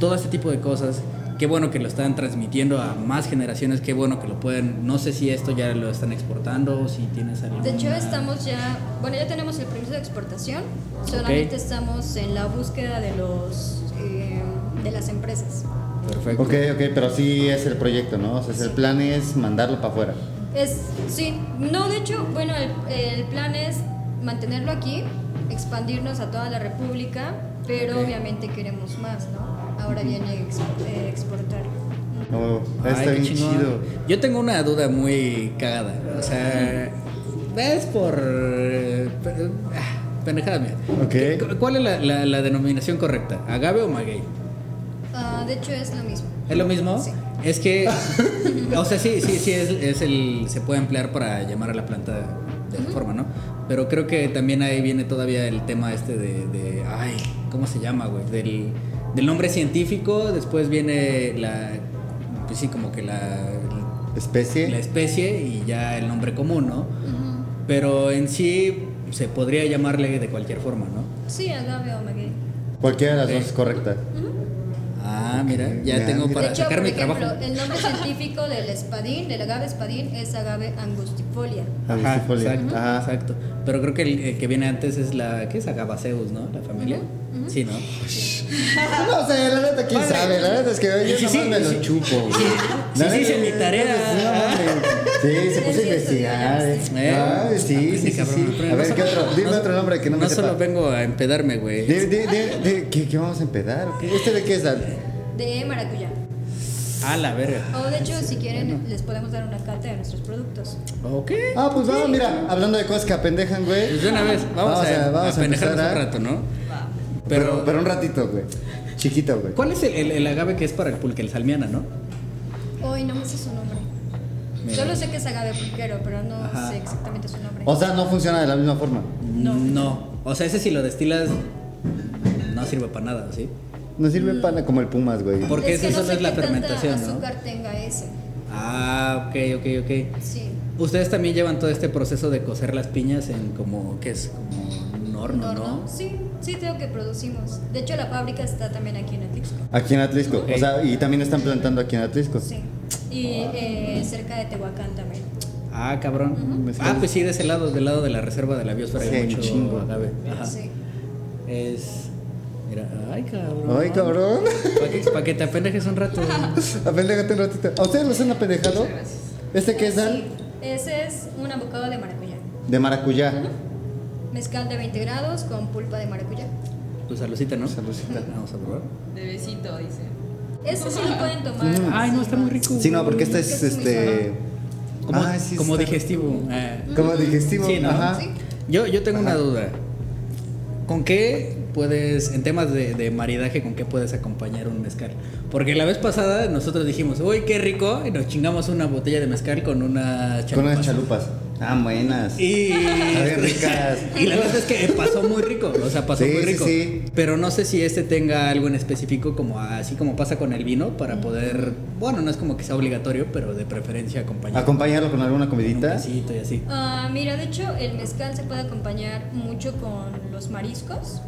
S1: todo este tipo de cosas. Qué bueno que lo están transmitiendo a más generaciones, qué bueno que lo pueden. No sé si esto ya lo están exportando, o si tienes algo.
S3: De hecho, estamos ya, bueno, ya tenemos el permiso de exportación, solamente estamos en la búsqueda de los eh, de las empresas.
S1: Perfecto.
S2: Ok, ok, pero sí es el proyecto, ¿no? O sea, es el plan es mandarlo para afuera.
S3: Es, sí, no, de hecho, bueno, el, el plan es mantenerlo aquí, expandirnos a toda la República, pero
S1: Ok.
S3: obviamente queremos más, ¿no? Ahora viene ex- eh, exportarlo.
S2: No,
S1: Ay,
S2: está
S1: qué
S2: bien
S1: chingón.
S2: chido.
S1: Yo tengo una duda muy cagada. O sea, ves por. eh, pe- ah, Pendejada mía.
S2: Ok.
S1: ¿Qué- cu- ¿Cuál es la, la- la denominación correcta? ¿Agave o maguey?
S3: Ah, de hecho, es lo mismo.
S1: ¿Es lo mismo?
S3: Sí.
S1: Es que, o sea, sí, sí, sí, es, es el, se puede emplear para llamar a la planta de esa forma, ¿no? Pero creo que también ahí viene todavía el tema este de, de ay, ¿cómo se llama, güey? Del, del nombre científico, después viene la, pues sí, como que la, la
S2: Especie.
S1: especie y ya el nombre común, ¿no? Pero en sí se podría llamarle de cualquier forma, ¿no?
S3: Sí, agave o maguey.
S2: Cualquiera de las
S1: Ok.
S2: dos es correcta.
S1: Ah, mira, ya
S2: Ya,
S1: tengo
S2: mira.
S1: para
S3: de hecho,
S1: sacar
S3: por
S1: mi
S3: ejemplo,
S1: trabajo.
S3: el nombre científico del espadín, del agave espadín, es agave angustifolia.
S1: Ajá,
S2: Agustifolia.
S1: exacto,
S2: Este, Ajá.
S1: exacto. Pero creo que el, el que viene antes es la. ¿Qué es Agabaceus, no? La familia. Sí, ¿no?
S2: No sé, la neta, quién
S1: Vale.
S2: sabe. La neta es que yo
S1: Y si sí,
S2: nomás me
S1: y
S2: lo
S1: si-
S2: chupo. güey.
S1: si
S2: La
S1: sí
S2: neta,
S1: hice mi
S2: no
S1: tarea.
S2: mames. Sí, se puso a
S3: Sí,
S2: investigar.
S3: sí,
S2: eh.
S1: Eh,
S2: Ah, sí,
S1: aprende,
S2: sí, sí,
S1: cabrón,
S2: sí.
S1: aprende.
S2: A
S1: No
S2: ver, ¿qué
S1: solo-
S2: otro? Dime otro nombre que no me
S1: No
S2: sepa.
S1: solo vengo a empedarme, güey.
S2: Di- di- di- di- ¿Qué, qué vamos a empezar? ¿Qué- ¿Este de qué es? Dan?
S3: De maracuyá.
S1: A la verga.
S3: O de hecho, si quieren, les podemos dar una cata de nuestros productos.
S1: Ok.
S2: Ah, pues vamos, mira, hablando de cosas que apendejan, güey.
S1: Pues de una vez, vamos, a,
S2: vamos
S1: a pendejarnos
S2: empezar,
S1: un
S2: ¿ah?
S1: rato, ¿no?
S2: Pero,
S1: Pero,
S2: pero un ratito, güey. Chiquito, güey.
S1: ¿Cuál es el, el- el agave que es para el pulque? El salmiana, ¿no?
S3: Hoy no me sé su nombre.
S1: Mira.
S3: Solo sé que es agave pulquero, pero no
S1: Ajá.
S3: sé exactamente su nombre.
S2: O sea, no funciona de la misma forma.
S1: No. No. O sea, ese si lo destilas, no sirve para nada, ¿sí?
S2: No sirve para como el Pumas, güey.
S1: Mm. Por- porque
S3: Es que
S1: eso
S3: no
S1: solo
S3: sé
S1: es la
S3: qué tanta
S1: fermentación, ¿no?
S3: azúcar tenga ese.
S1: Ah, ok, ok, ok.
S3: Sí.
S1: Ustedes también llevan todo este proceso de cocer las piñas en como, ¿qué es? Como un
S3: ¿Un
S1: horno,
S3: horno?
S1: ¿no?
S3: Sí, sí, tengo que producimos. De hecho, la fábrica está también aquí en Atlisco.
S2: Aquí en Atlisco.
S1: Ok.
S2: O sea, y también están plantando aquí en
S1: Pues,
S2: Atlisco.
S3: Sí. Y
S1: oh.
S3: eh, cerca de Tehuacán también.
S1: Ah, cabrón.
S2: Ujú.
S1: Ah, pues sí, de ese lado, del lado de la reserva de la biosfera
S2: Sí,
S1: hay mucho
S2: chingo.
S1: agave. Ajá.
S3: Sí.
S1: Es. Mira, ay, cabrón.
S2: Ay, cabrón.
S1: Para que, pa' que te apendejes un rato.
S2: Apendejate un ratito. ¿A ustedes los han apendejado? ¿Este qué es,
S3: Sí,
S2: Dan?
S3: Ese es un abocado de maracuyá.
S2: De maracuyá.
S3: Mezcal de 20 grados con pulpa de maracuyá.
S1: Pues salucita, ¿no?
S2: Salucita. Ah,
S1: Vamos a probar.
S4: De besito, dice.
S3: Eso sí lo pueden tomar.
S2: Mm.
S1: Ay, no,
S3: sin
S1: está muy
S3: más.
S1: rico.
S2: Sí, no, porque este
S3: Creo
S2: es
S3: que es muy
S2: este.
S1: Como,
S2: Ah, sí
S1: como
S2: está-
S1: digestivo. eh.
S2: Como digestivo.
S1: Sí, ¿no?
S2: Ajá.
S3: Sí.
S1: Yo, yo tengo una
S2: Ajá.
S1: duda. ¿Con qué puedes, en temas de, de maridaje, con qué puedes acompañar un mezcal? Porque la vez pasada nosotros dijimos, uy, qué rico, y nos chingamos una botella de mezcal con una chalupa.
S2: Con unas chalupas. Ah, buenas.
S1: Y, este,
S2: Saben ricas.
S1: y la verdad es que pasó muy rico, o sea, pasó
S2: Sí,
S1: muy
S2: sí,
S1: rico.
S2: sí.
S1: Pero no sé si este tenga algo en específico, como así como pasa con el vino, para poder, bueno, no es como que sea obligatorio, pero de preferencia acompañar.
S2: Acompañarlo con alguna
S1: con un
S2: comidita.
S1: quesito y así.
S3: Ah, mira, de hecho, el mezcal se puede acompañar mucho con los mariscos.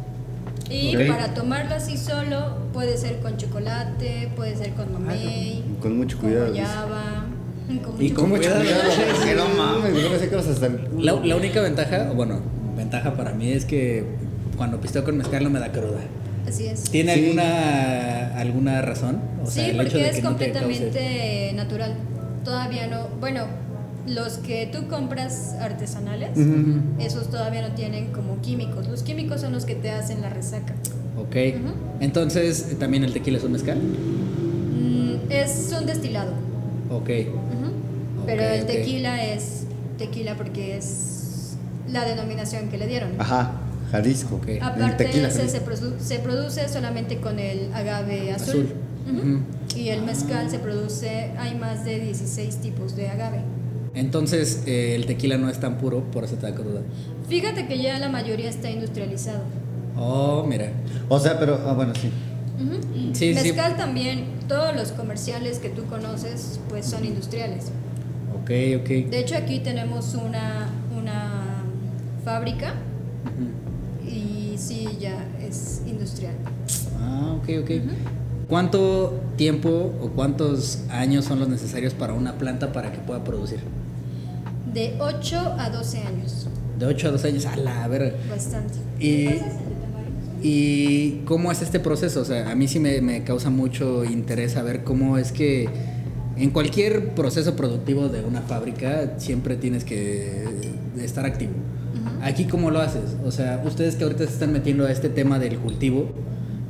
S3: Y
S2: Ok.
S3: para tomarlo así solo, puede ser con chocolate, puede ser con mamey,
S2: Ah, Con mucho
S3: con
S2: cuidado, dice.
S3: guayaba, con
S1: Y con mucho
S2: Cuidado,
S1: cuidado.
S2: porque no mames, yo me sé cosas hasta el
S1: La, la única ventaja, o bueno, ventaja para mí es que cuando pisteo con mezcal no me da cruda.
S3: Así es.
S1: ¿Tiene
S2: Sí.
S1: alguna alguna razón? O sea,
S3: sí,
S1: el hecho
S3: porque
S1: de
S3: es
S1: que no te cause-
S3: completamente natural. Todavía no. Bueno, los que tú compras artesanales, esos todavía no tienen como químicos. Los químicos son los que te hacen la resaca.
S1: Ok.
S3: Ujú.
S1: Entonces, ¿también el tequila es un mezcal?
S3: Mm, es un destilado.
S1: Ok.
S3: Ujú. Pero
S1: Ok,
S3: el
S1: ok.
S3: tequila es tequila porque es la denominación que le dieron.
S1: Ah,
S2: Ajá, Jalisco.
S1: Ok.
S2: El
S3: Aparte,
S2: tequila,
S3: ese
S2: Jalisco.
S3: se, produ- se produce solamente con el agave azul.
S1: Azul.
S3: Ujú.
S1: Ujú.
S3: Y el mezcal se produce, hay más de 16 tipos de agave.
S1: Entonces, eh, el tequila no es tan puro, por eso te da cruda.
S3: Fíjate que ya la mayoría está industrializado.
S1: Oh, mira.
S2: O sea, pero, ah, bueno, sí.
S3: Ujú.
S1: Sí, sí.
S3: mezcal también, todos los comerciales que tú conoces pues son industriales.
S1: Ok, ok.
S3: De hecho aquí tenemos una, una fábrica
S1: Ujú.
S3: y sí, ya es industrial.
S1: Ah, ok, ok. ¿Cuánto tiempo o cuántos años son los necesarios para una planta para que pueda producir?
S3: De 8 a 12 años,
S1: De 8 a 12 años, a la verga.
S3: bastante.
S1: Y, y cómo es este proceso? O sea, a mí sí me, me causa mucho interés saber cómo es que en cualquier proceso productivo de una fábrica siempre tienes que estar activo. Aquí cómo lo haces? O sea, ustedes que ahorita se están metiendo a este tema del cultivo,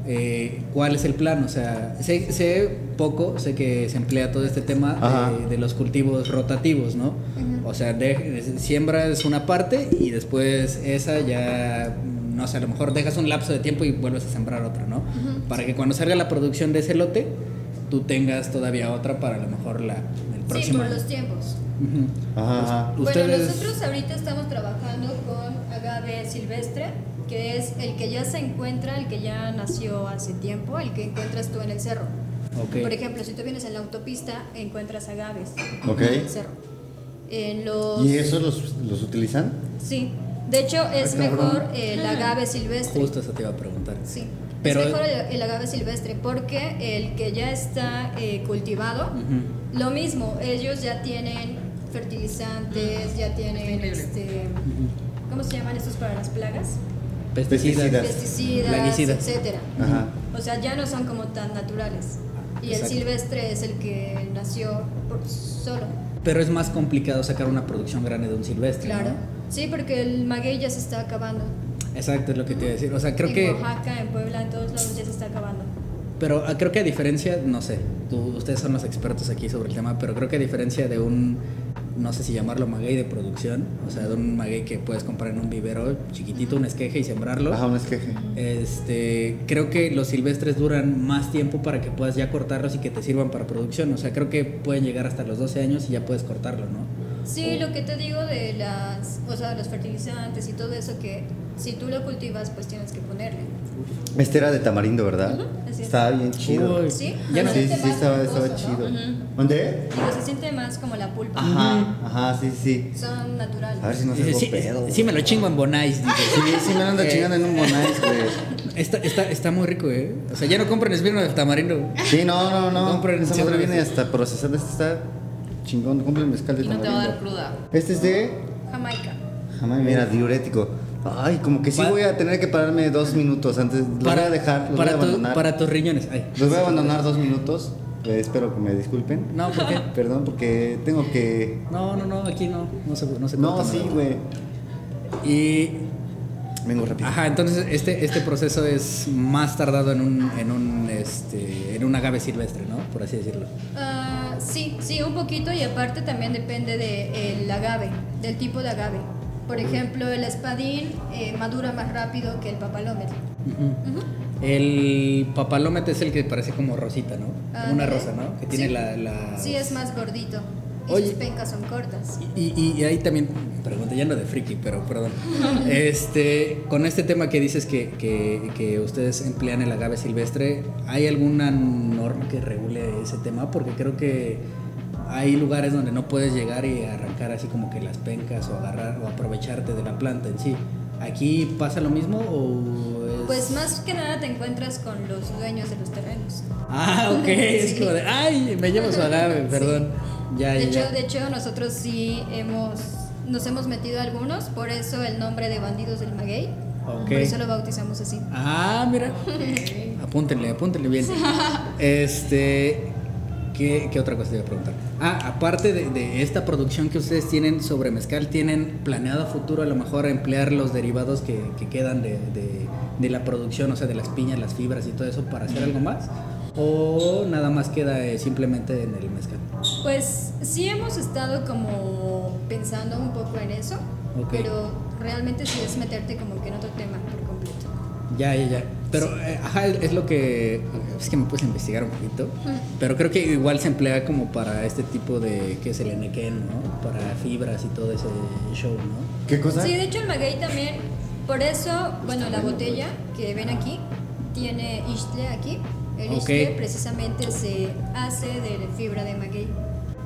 S1: eh, ¿cuál es el plan? O sea, sé, sé poco, sé que se emplea todo este tema
S2: Ajá.
S1: de, de los cultivos rotativos, ¿no? O sea, de- siembras una parte y después esa ya, no sé, a lo mejor dejas un lapso de tiempo y vuelves a sembrar otra, ¿no? Para que cuando salga la producción de ese lote, tú tengas todavía otra para a lo mejor la, el
S3: Sí,
S1: próximo.
S3: por los tiempos.
S1: Ujú.
S2: Ajá, ajá.
S1: Ustedes-
S3: Bueno, nosotros ahorita estamos trabajando con agave silvestre, que es el que ya se encuentra, el que ya nació hace tiempo, el que encuentras tú en el cerro.
S1: Ok.
S3: Por ejemplo, si tú vienes en la autopista, encuentras agaves
S2: Ok.
S3: en el cerro. En los...
S2: ¿Y esos los, los utilizan?
S3: Sí. De hecho, es
S2: Ay, cabrón.
S3: mejor el agave silvestre.
S1: Justo eso te iba a preguntar.
S3: este. Sí.
S1: Pero-
S3: es mejor el, el agave silvestre porque el que ya está eh, cultivado,
S1: Ujú.
S3: lo mismo, ellos ya tienen fertilizantes, ya tienen,
S4: increíble.
S3: este, ¿cómo se llaman estos para las plagas?
S2: Pesticidas.
S3: Pesticidas,
S1: Plaguicidas.
S3: etcétera.
S2: Ajá.
S3: O sea, ya no son como tan naturales. Y
S1: Exacto.
S3: el silvestre es el que nació por solo.
S1: Pero es más complicado sacar una producción grande de un silvestre. ¿no?
S3: Claro. Sí, porque el maguey ya se está acabando.
S1: Exacto, es lo que te iba a decir. O sea, creo
S3: en
S1: que.
S3: Oaxaca, en Puebla, en todos lados ya se está acabando.
S1: Pero ah, creo que a diferencia, no sé, tú- ustedes son los expertos aquí sobre el tema, pero creo que a diferencia de un, no sé si llamarlo maguey de producción, o sea, de un maguey que puedes comprar en un vivero chiquitito, un esqueje y sembrarlo,
S2: Ajá, un esqueje.
S1: este, creo que los silvestres duran más tiempo para que puedas ya cortarlos y que te sirvan para producción. O sea, creo que pueden llegar hasta los 12 años y ya puedes cortarlo, ¿no?
S3: Sí, lo que te digo de las, o sea, los fertilizantes y todo eso que si tú lo cultivas, pues tienes que ponerle.
S2: Este era de tamarindo, ¿verdad?
S3: Ujú, así es.
S2: Estaba bien chido.
S1: Uy,
S3: Sí,
S1: ya
S3: ya
S1: no-
S2: Sí, sí,
S3: siente
S2: sí,
S3: más
S2: estaba,
S3: jugoso,
S2: estaba
S3: ¿no?
S2: chido.
S4: Ujú.
S2: ¿Dónde?
S3: Digo, se siente más como la pulpa.
S2: Ajá, ajá, sí, sí.
S3: Son naturales.
S2: A ver si no se
S1: Sí,
S2: hago
S1: sí,
S2: pedo.
S1: sí me lo chingo en Bonais. dice.
S2: Sí, sí me ando
S1: Eh.
S2: chingando en un bonais, güey.
S1: Está, está, está muy rico, ¿eh? O sea, ya no compren esbirro de tamarindo.
S2: Sí, no, no, no.
S1: Compren,
S2: Esa madre
S1: seguro
S2: viene
S1: sí.
S2: hasta procesada. Esta está chingón. Compra el mezcal de
S4: Y no te va a dar
S2: tamarindo.
S4: cruda.
S2: Este es de
S3: Jamaica.
S2: Jamás, mira, diurético. Ay, como que sí
S1: Pa-
S2: voy a tener que pararme dos minutos antes. Los voy a dejar, los
S1: para,
S2: voy a
S1: tu-
S2: abandonar.
S1: para tus riñones. Ay.
S2: Los voy a abandonar dos minutos. Eh, espero que me disculpen.
S1: No, ¿por qué?
S2: Perdón, porque tengo que.
S1: No, no, no, aquí no. No se, no se
S2: No,
S1: corta
S2: sí,
S1: nada.
S2: güey.
S1: Y.
S2: Vengo rápido.
S1: Ajá, entonces este, este proceso es más tardado en un, en un este, en un agave silvestre, ¿no? Por así decirlo.
S3: Ah, sí, sí, un poquito y aparte también depende del agave, del tipo de agave. Por ejemplo, el espadín eh, madura más rápido que el papalómetro.
S1: Ujú. El papalómete es el que parece como rosita, ¿no? Como
S3: Ah,
S1: una
S3: ándale.
S1: rosa, ¿no? Que tiene
S3: Sí.
S2: Ah.
S1: la, la-
S3: Sí, es más gordito. Y
S1: Oye.
S3: sus pencas son cortas.
S1: Y, y- y ahí también, pregunta, ya no de friki, pero perdón. Este, con este tema que dices que, que- que ustedes emplean el agave silvestre, ¿hay alguna norma que regule ese tema? Porque creo que hay lugares donde no puedes llegar y arrancar así como que las pencas o agarrar o aprovecharte de la planta en sí. ¿Aquí pasa lo mismo o es...?
S3: Pues más que nada te encuentras con los dueños de los terrenos.
S1: Ah, ok, es como de, ay, me llevo su agave, perdón. Ya,
S3: De
S1: ya,
S3: hecho,
S1: ya.
S3: de hecho, nosotros sí hemos, nos hemos metido a algunos, por eso el nombre de Bandidos del Maguey.
S1: Ok.
S3: Por eso lo bautizamos así.
S1: Ah, mira. Apúntenle, apúntenle bien. Este. ¿qué, qué otra cosa te iba a preguntar? Ah, aparte de, de esta producción que ustedes tienen sobre mezcal, ¿tienen planeado a futuro a lo mejor emplear los derivados que, que quedan de, de- de la producción, o sea, de las piñas, las fibras y todo eso para hacer algo más? ¿O nada más queda eh, simplemente en el mezcal?
S3: Pues sí hemos estado como pensando un poco en eso,
S1: Ok.
S3: pero realmente sí es meterte como que en otro tema por completo.
S1: Ya, ya, ya. Pero, eh, ajá, es lo que. Es que me puse a investigar un poquito. Pero creo que igual se emplea como para este tipo de. que es el enequén, ¿no? Para fibras y todo ese show, ¿no?
S2: ¿Qué cosa?
S3: Sí, de hecho el maguey también, por eso, bueno, la
S2: bueno,
S3: botella que ven aquí tiene istle aquí. El
S1: Ok.
S3: istle precisamente se hace de fibra de maguey.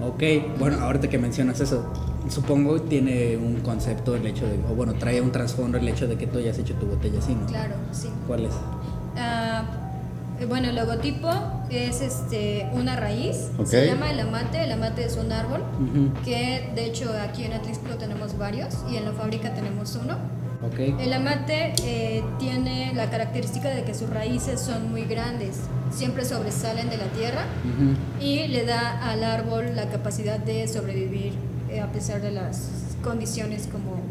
S1: Ok, bueno, ahorita que mencionas eso, supongo tiene un concepto el hecho de. o bueno, trae un trasfondo el hecho de que tú hayas hecho tu botella así, ¿no?
S3: Claro, sí.
S1: ¿Cuál es?
S3: Ah, bueno, el logotipo es este, una raíz.
S2: Ok.
S3: Se llama el amate. El amate es un árbol
S1: Ujú.
S3: que, de hecho, aquí en Atlixco tenemos varios y en la fábrica tenemos uno.
S1: Ok.
S3: El amate eh, tiene la característica de que sus raíces son muy grandes, siempre sobresalen de la tierra
S1: Ujú.
S3: y le da al árbol la capacidad de sobrevivir eh, a pesar de las condiciones como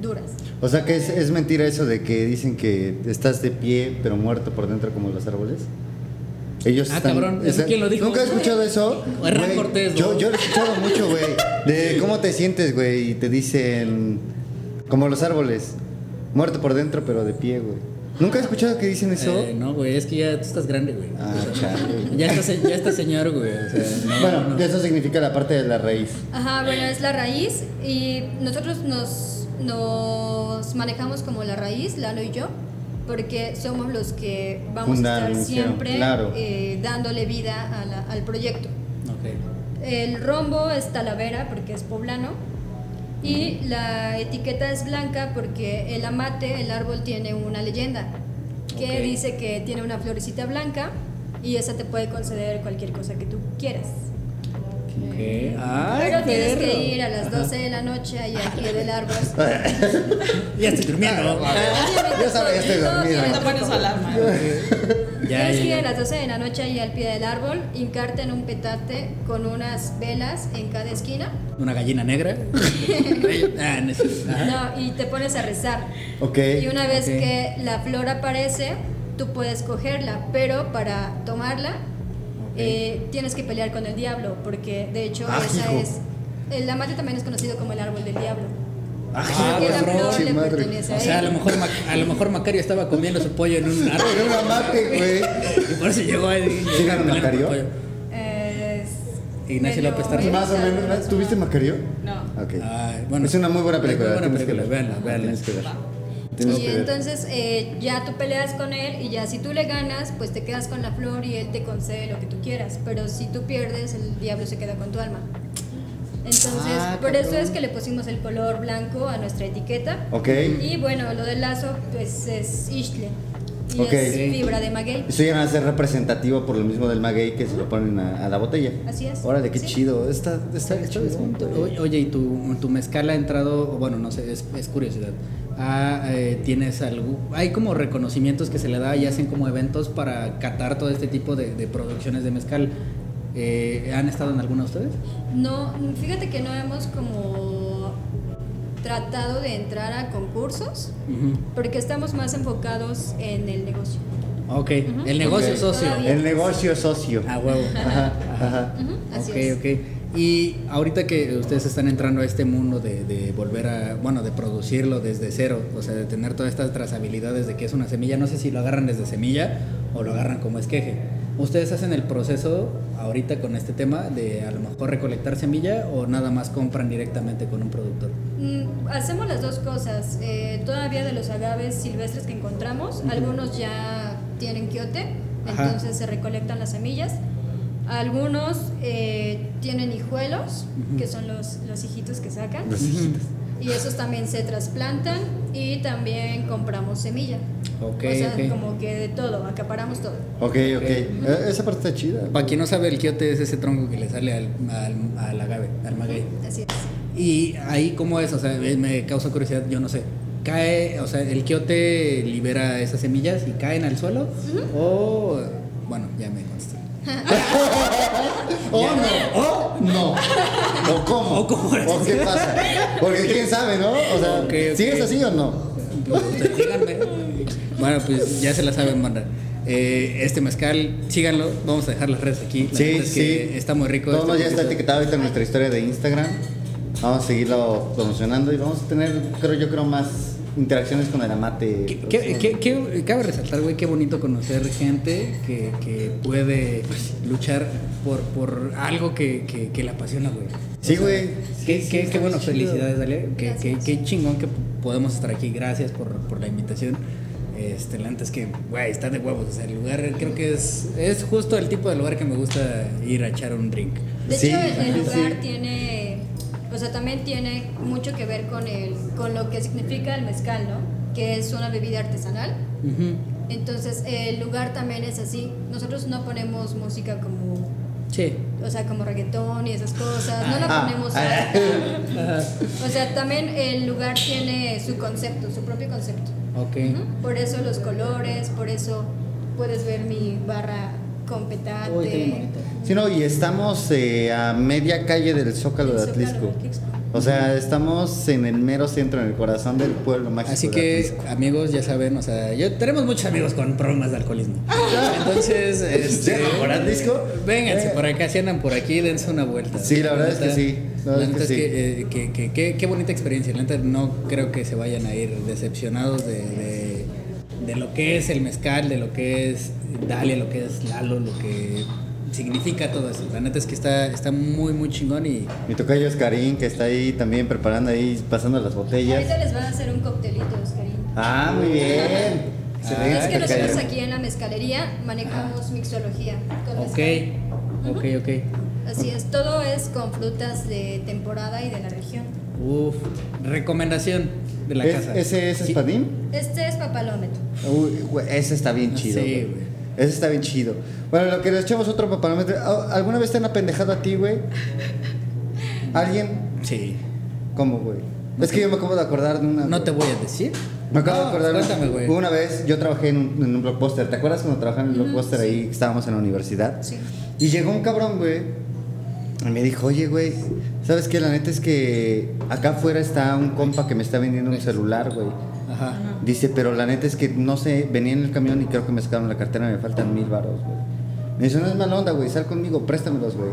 S3: duras.
S2: O sea que es, es mentira eso de que dicen que estás de pie pero muerto por dentro como los árboles. Ellos
S1: Ah,
S2: están,
S1: cabrón, ¿eso
S2: están-
S1: quién lo dijo?
S2: ¿Nunca he escuchado eso?
S1: O Hernán
S2: Güey,
S1: Cortés, ¿no?
S2: yo, yo lo he escuchado mucho, güey. De cómo te sientes, güey. Y te dicen, como los árboles, muerto por dentro pero de pie, güey. ¿Nunca he escuchado que dicen eso?
S1: Eh, no, güey, es que ya tú estás grande, güey.
S2: Ah,
S1: O sea,
S2: chale.
S1: ya, estás, ya estás señor, güey. O sea, no,
S2: bueno,
S1: no.
S2: eso significa la parte de la raíz.
S3: Ajá, bueno, es la raíz y nosotros nos, nos manejamos como la raíz, Lalo y yo, porque somos los que vamos a
S2: Fundaron,
S3: estar
S2: hicieron,
S3: siempre
S2: claro.
S3: eh, dándole vida a la- al proyecto.
S1: Ok.
S3: El rombo es talavera porque es poblano y la etiqueta es blanca porque el amate, el árbol, tiene una leyenda que
S1: Ok.
S3: dice que tiene una florecita blanca y esa te puede conceder cualquier cosa que tú quieras.
S1: Ok. Ay,
S3: Pero tienes
S1: perro.
S3: que ir a las
S1: Ajá.
S3: 12 de la noche y al pie del árbol.
S1: Ya estoy durmiendo.
S2: Ya sabes, ya estoy
S3: No,
S2: dormido.
S3: tienes
S4: No pones alarma.
S1: Ya,
S3: Tienes que ir
S1: ya,
S3: a
S1: ya.
S3: las 12 de la noche y al pie del árbol, hincarte en un petate con unas velas en cada esquina.
S1: Una gallina negra. Ah, no es cierto. Ajá.
S3: No, y te pones a rezar.
S2: Ok.
S3: Y una vez
S1: Ok.
S3: que la flor aparece, tú puedes cogerla, pero para tomarla
S1: Ok.
S3: eh, tienes que pelear con el diablo, porque de hecho
S2: Ah,
S3: esa
S2: hijo.
S3: es... El amate también es conocido como el árbol del diablo.
S1: Ah,
S3: Porque la
S1: cabrón.
S3: flor
S2: Che
S3: le
S2: madre.
S3: pertenece a
S1: O sea, a
S3: él.
S1: lo mejor, Mac- a lo mejor Macario estaba comiendo su pollo en un árbol.
S2: Era un amate, güey.
S1: Y por eso llegó el.
S2: ¿Llegaron Macario?
S3: Es
S1: Ignacio
S3: medio
S1: López Tarso.
S3: medio
S2: Más o menos,
S3: sabroso.
S2: ¿tuviste Macario?
S4: No.
S2: Ok.
S1: Ay, bueno.
S2: es una muy buena
S1: Es
S2: película.
S1: Ah, muy buena
S2: tienes que
S1: película,
S2: verla.
S1: véanla, véanla.
S2: Tienes que verla. Tienes
S3: Y
S2: que ver.
S3: entonces eh, ya tú peleas con él y ya si tú le ganas, pues te quedas con la flor y él te concede lo que tú quieras. Pero si tú pierdes, el diablo se queda con tu alma. Entonces,
S1: Ah,
S3: por eso
S1: cabrón.
S3: es que le pusimos el color blanco a nuestra etiqueta.
S2: Ok.
S3: Y bueno, lo del lazo, pues es Ishle. Y
S2: Ok.
S3: es fibra de maguey.
S2: Eso ya va a ser representativo por lo mismo del maguey que se lo ponen a, a la botella.
S3: Así es.
S2: Órale, qué
S3: Sí.
S2: chido. Está, está, está chingón, güey.
S1: Oye, Oye, ¿y tu, tu mezcal ha entrado? Bueno, no sé, es, es curiosidad. Ah, eh, ¿Tienes algo? Hay como reconocimientos que se le da y hacen como eventos para catar todo este tipo de, de producciones de mezcal. Eh, ¿Han estado en alguna de ustedes?
S3: No, fíjate que no hemos como tratado de entrar a concursos porque estamos más enfocados en el negocio.
S1: Ok, el negocio
S2: Ok.
S1: socio.
S3: Todavía.
S2: El negocio socio.
S1: A huevo.
S2: Ajá, ajá.
S3: Ujú, así
S1: ok,
S3: es.
S1: ok. Y ahorita que ustedes están entrando a este mundo de, de volver a, bueno, de producirlo desde cero, o sea, de tener todas estas trazabilidades de que es una semilla, no sé si lo agarran desde semilla o lo agarran como esqueje, ¿Ustedes hacen el proceso ahorita con este tema de a lo mejor recolectar semilla o nada más compran directamente con un productor?
S3: Mm, hacemos las dos cosas. Eh, todavía de los agaves silvestres que encontramos, algunos ya tienen quiote,
S1: Ajá.
S3: entonces se recolectan las semillas. Algunos eh, tienen hijuelos,
S1: Ujú.
S3: que son los, los hijitos que sacan,
S2: Los hijitos.
S3: y esos también se trasplantan y también compramos semilla.
S1: Ok,
S3: o sea,
S1: ok.
S3: como que de todo, acaparamos todo.
S2: Ok, ok. Eh, Esa parte está chida.
S1: Para quien no sabe, el quiote es ese tronco que le sale al, al, al agave, al maguey.
S3: Así es.
S1: Y ahí, ¿cómo es? O sea, me- me causa curiosidad, yo no sé. ¿Cae, o sea, el quiote libera esas semillas y caen al suelo? O, bueno, ya me contesté.
S2: O no, o ¡Oh! no. O cómo.
S1: O cómo es.
S2: O qué pasa. Porque quién sabe, ¿no? O sea,
S1: Ok, ok.
S2: ¿sigues así o no?
S1: Pues, ustedes díganme. Bueno, pues ya se la saben, banda. Eh, este mezcal, síganlo. Vamos a dejar las redes aquí. La
S2: Sí,
S1: neta es
S2: sí.
S1: que Está muy rico.
S2: Todo
S1: este
S2: ya está
S1: poquito.
S2: etiquetado ahorita en nuestra historia de Instagram. Vamos a seguirlo promocionando y vamos a tener, creo yo, creo más interacciones con el amate.
S1: ¿Qué- qué- qué- qué- cabe resaltar, güey, qué bonito conocer gente que, que puede luchar por, por algo que, que, que la apasiona, güey.
S2: Sí, güey.
S1: Qué,
S2: Sí, sí,
S1: qué-
S2: está
S1: qué bueno,
S2: chido.
S1: felicidades, Dalia. Qué, qué-
S3: Gracias.
S1: qué chingón que podemos estar aquí. Gracias por, por la invitación. Este, la neta es que, güey, está de huevos. O sea, el lugar creo que es, es justo el tipo de lugar que me gusta ir a echar un drink.
S3: De
S2: Sí,
S3: hecho, eh, el, el
S2: sí.
S3: lugar tiene, o sea, también tiene mucho que ver con, el, con lo que significa el mezcal, ¿no? Que es una bebida artesanal.
S1: Ujú.
S3: Entonces, el lugar también es así. Nosotros no ponemos música como,
S1: Sí.
S3: o sea, como reggaetón y esas cosas. No la
S2: Ah,
S3: ponemos.
S2: ah.
S3: O sea, también el lugar tiene su concepto, su propio concepto.
S1: Ok.
S3: Ujú. Por eso los colores, por eso puedes ver mi barra con petate.
S1: Uy, qué bien bonito.
S2: Sí, no, y estamos eh, a media calle del Zócalo
S3: El
S2: de
S3: Zócalo de
S2: Atlisco.
S3: Atlixco.
S2: O sea, estamos en el mero centro, en el corazón del pueblo mágico.
S1: Así
S2: de
S1: que
S2: Atlisco.
S1: amigos, ya saben, o sea, yo tenemos muchos amigos con problemas de alcoholismo.
S2: Ah,
S1: Entonces, este,
S2: ¿Llegan por Atlisco?
S1: Vénganse
S2: Eh.
S1: por acá, si andan por aquí, dense una vuelta.
S2: Sí, la verdad es que
S1: neta-
S2: sí, la
S1: La
S2: verdad
S1: neta
S2: es
S1: es
S2: que
S1: que, eh, que- que- que- qué bonita experiencia. La neta no creo que se vayan a ir decepcionados de, de- de lo que es el mezcal, de lo que es Dalia, lo que es Lalo, lo que significa todo eso. La neta es que está, está muy, muy chingón y
S2: Mi tocayo Oscarín, que está ahí también preparando ahí, pasando las
S3: Ahorita
S2: botellas.
S3: les van a hacer un coctelito, Oscarín.
S2: Ah, muy bien.
S1: Ah,
S2: Excelente,
S3: Es que
S2: tocayo.
S3: nosotros aquí en la mezcalería manejamos mixología con
S1: ok,
S3: mezcal.
S1: ok, ok.
S3: Así es, todo es con frutas de temporada y de la región.
S1: Uf, recomendación de la
S2: ¿Es-
S1: casa.
S2: ¿Ese es
S1: Sí.
S2: espadín?
S3: Este es papalómetro.
S2: Uy, güey, ese está bien
S1: Ah,
S2: chido.
S1: sí,
S2: güey.
S1: güey.
S2: Ese está bien chido. Bueno, lo que les echamos otro papanometro. ¿Al- ¿Alguna vez te han apendejado a ti, güey? ¿Alguien?
S1: Sí.
S2: ¿Cómo, güey? es que yo me acabo de acordar de una.
S1: No te voy a decir.
S2: Me acabo
S1: No,
S2: de acordar.
S1: Cuéntame, güey.
S2: Una vez yo trabajé en un, en un blockbuster. ¿Te acuerdas cuando trabajaba en el blockbuster ahí que estábamos en la universidad?
S3: Sí.
S2: Y llegó un cabrón, güey. Y me dijo, oye, güey, ¿sabes qué? La neta es que acá afuera está un compa que me está vendiendo
S1: Pues.
S2: un celular, güey.
S1: Ajá.
S2: Dice, pero la neta es que no sé, venía en el camión y creo que me sacaron la cartera, me faltan mil varos, güey. Me dice, no es mala onda, güey, sal conmigo, préstamelos, güey.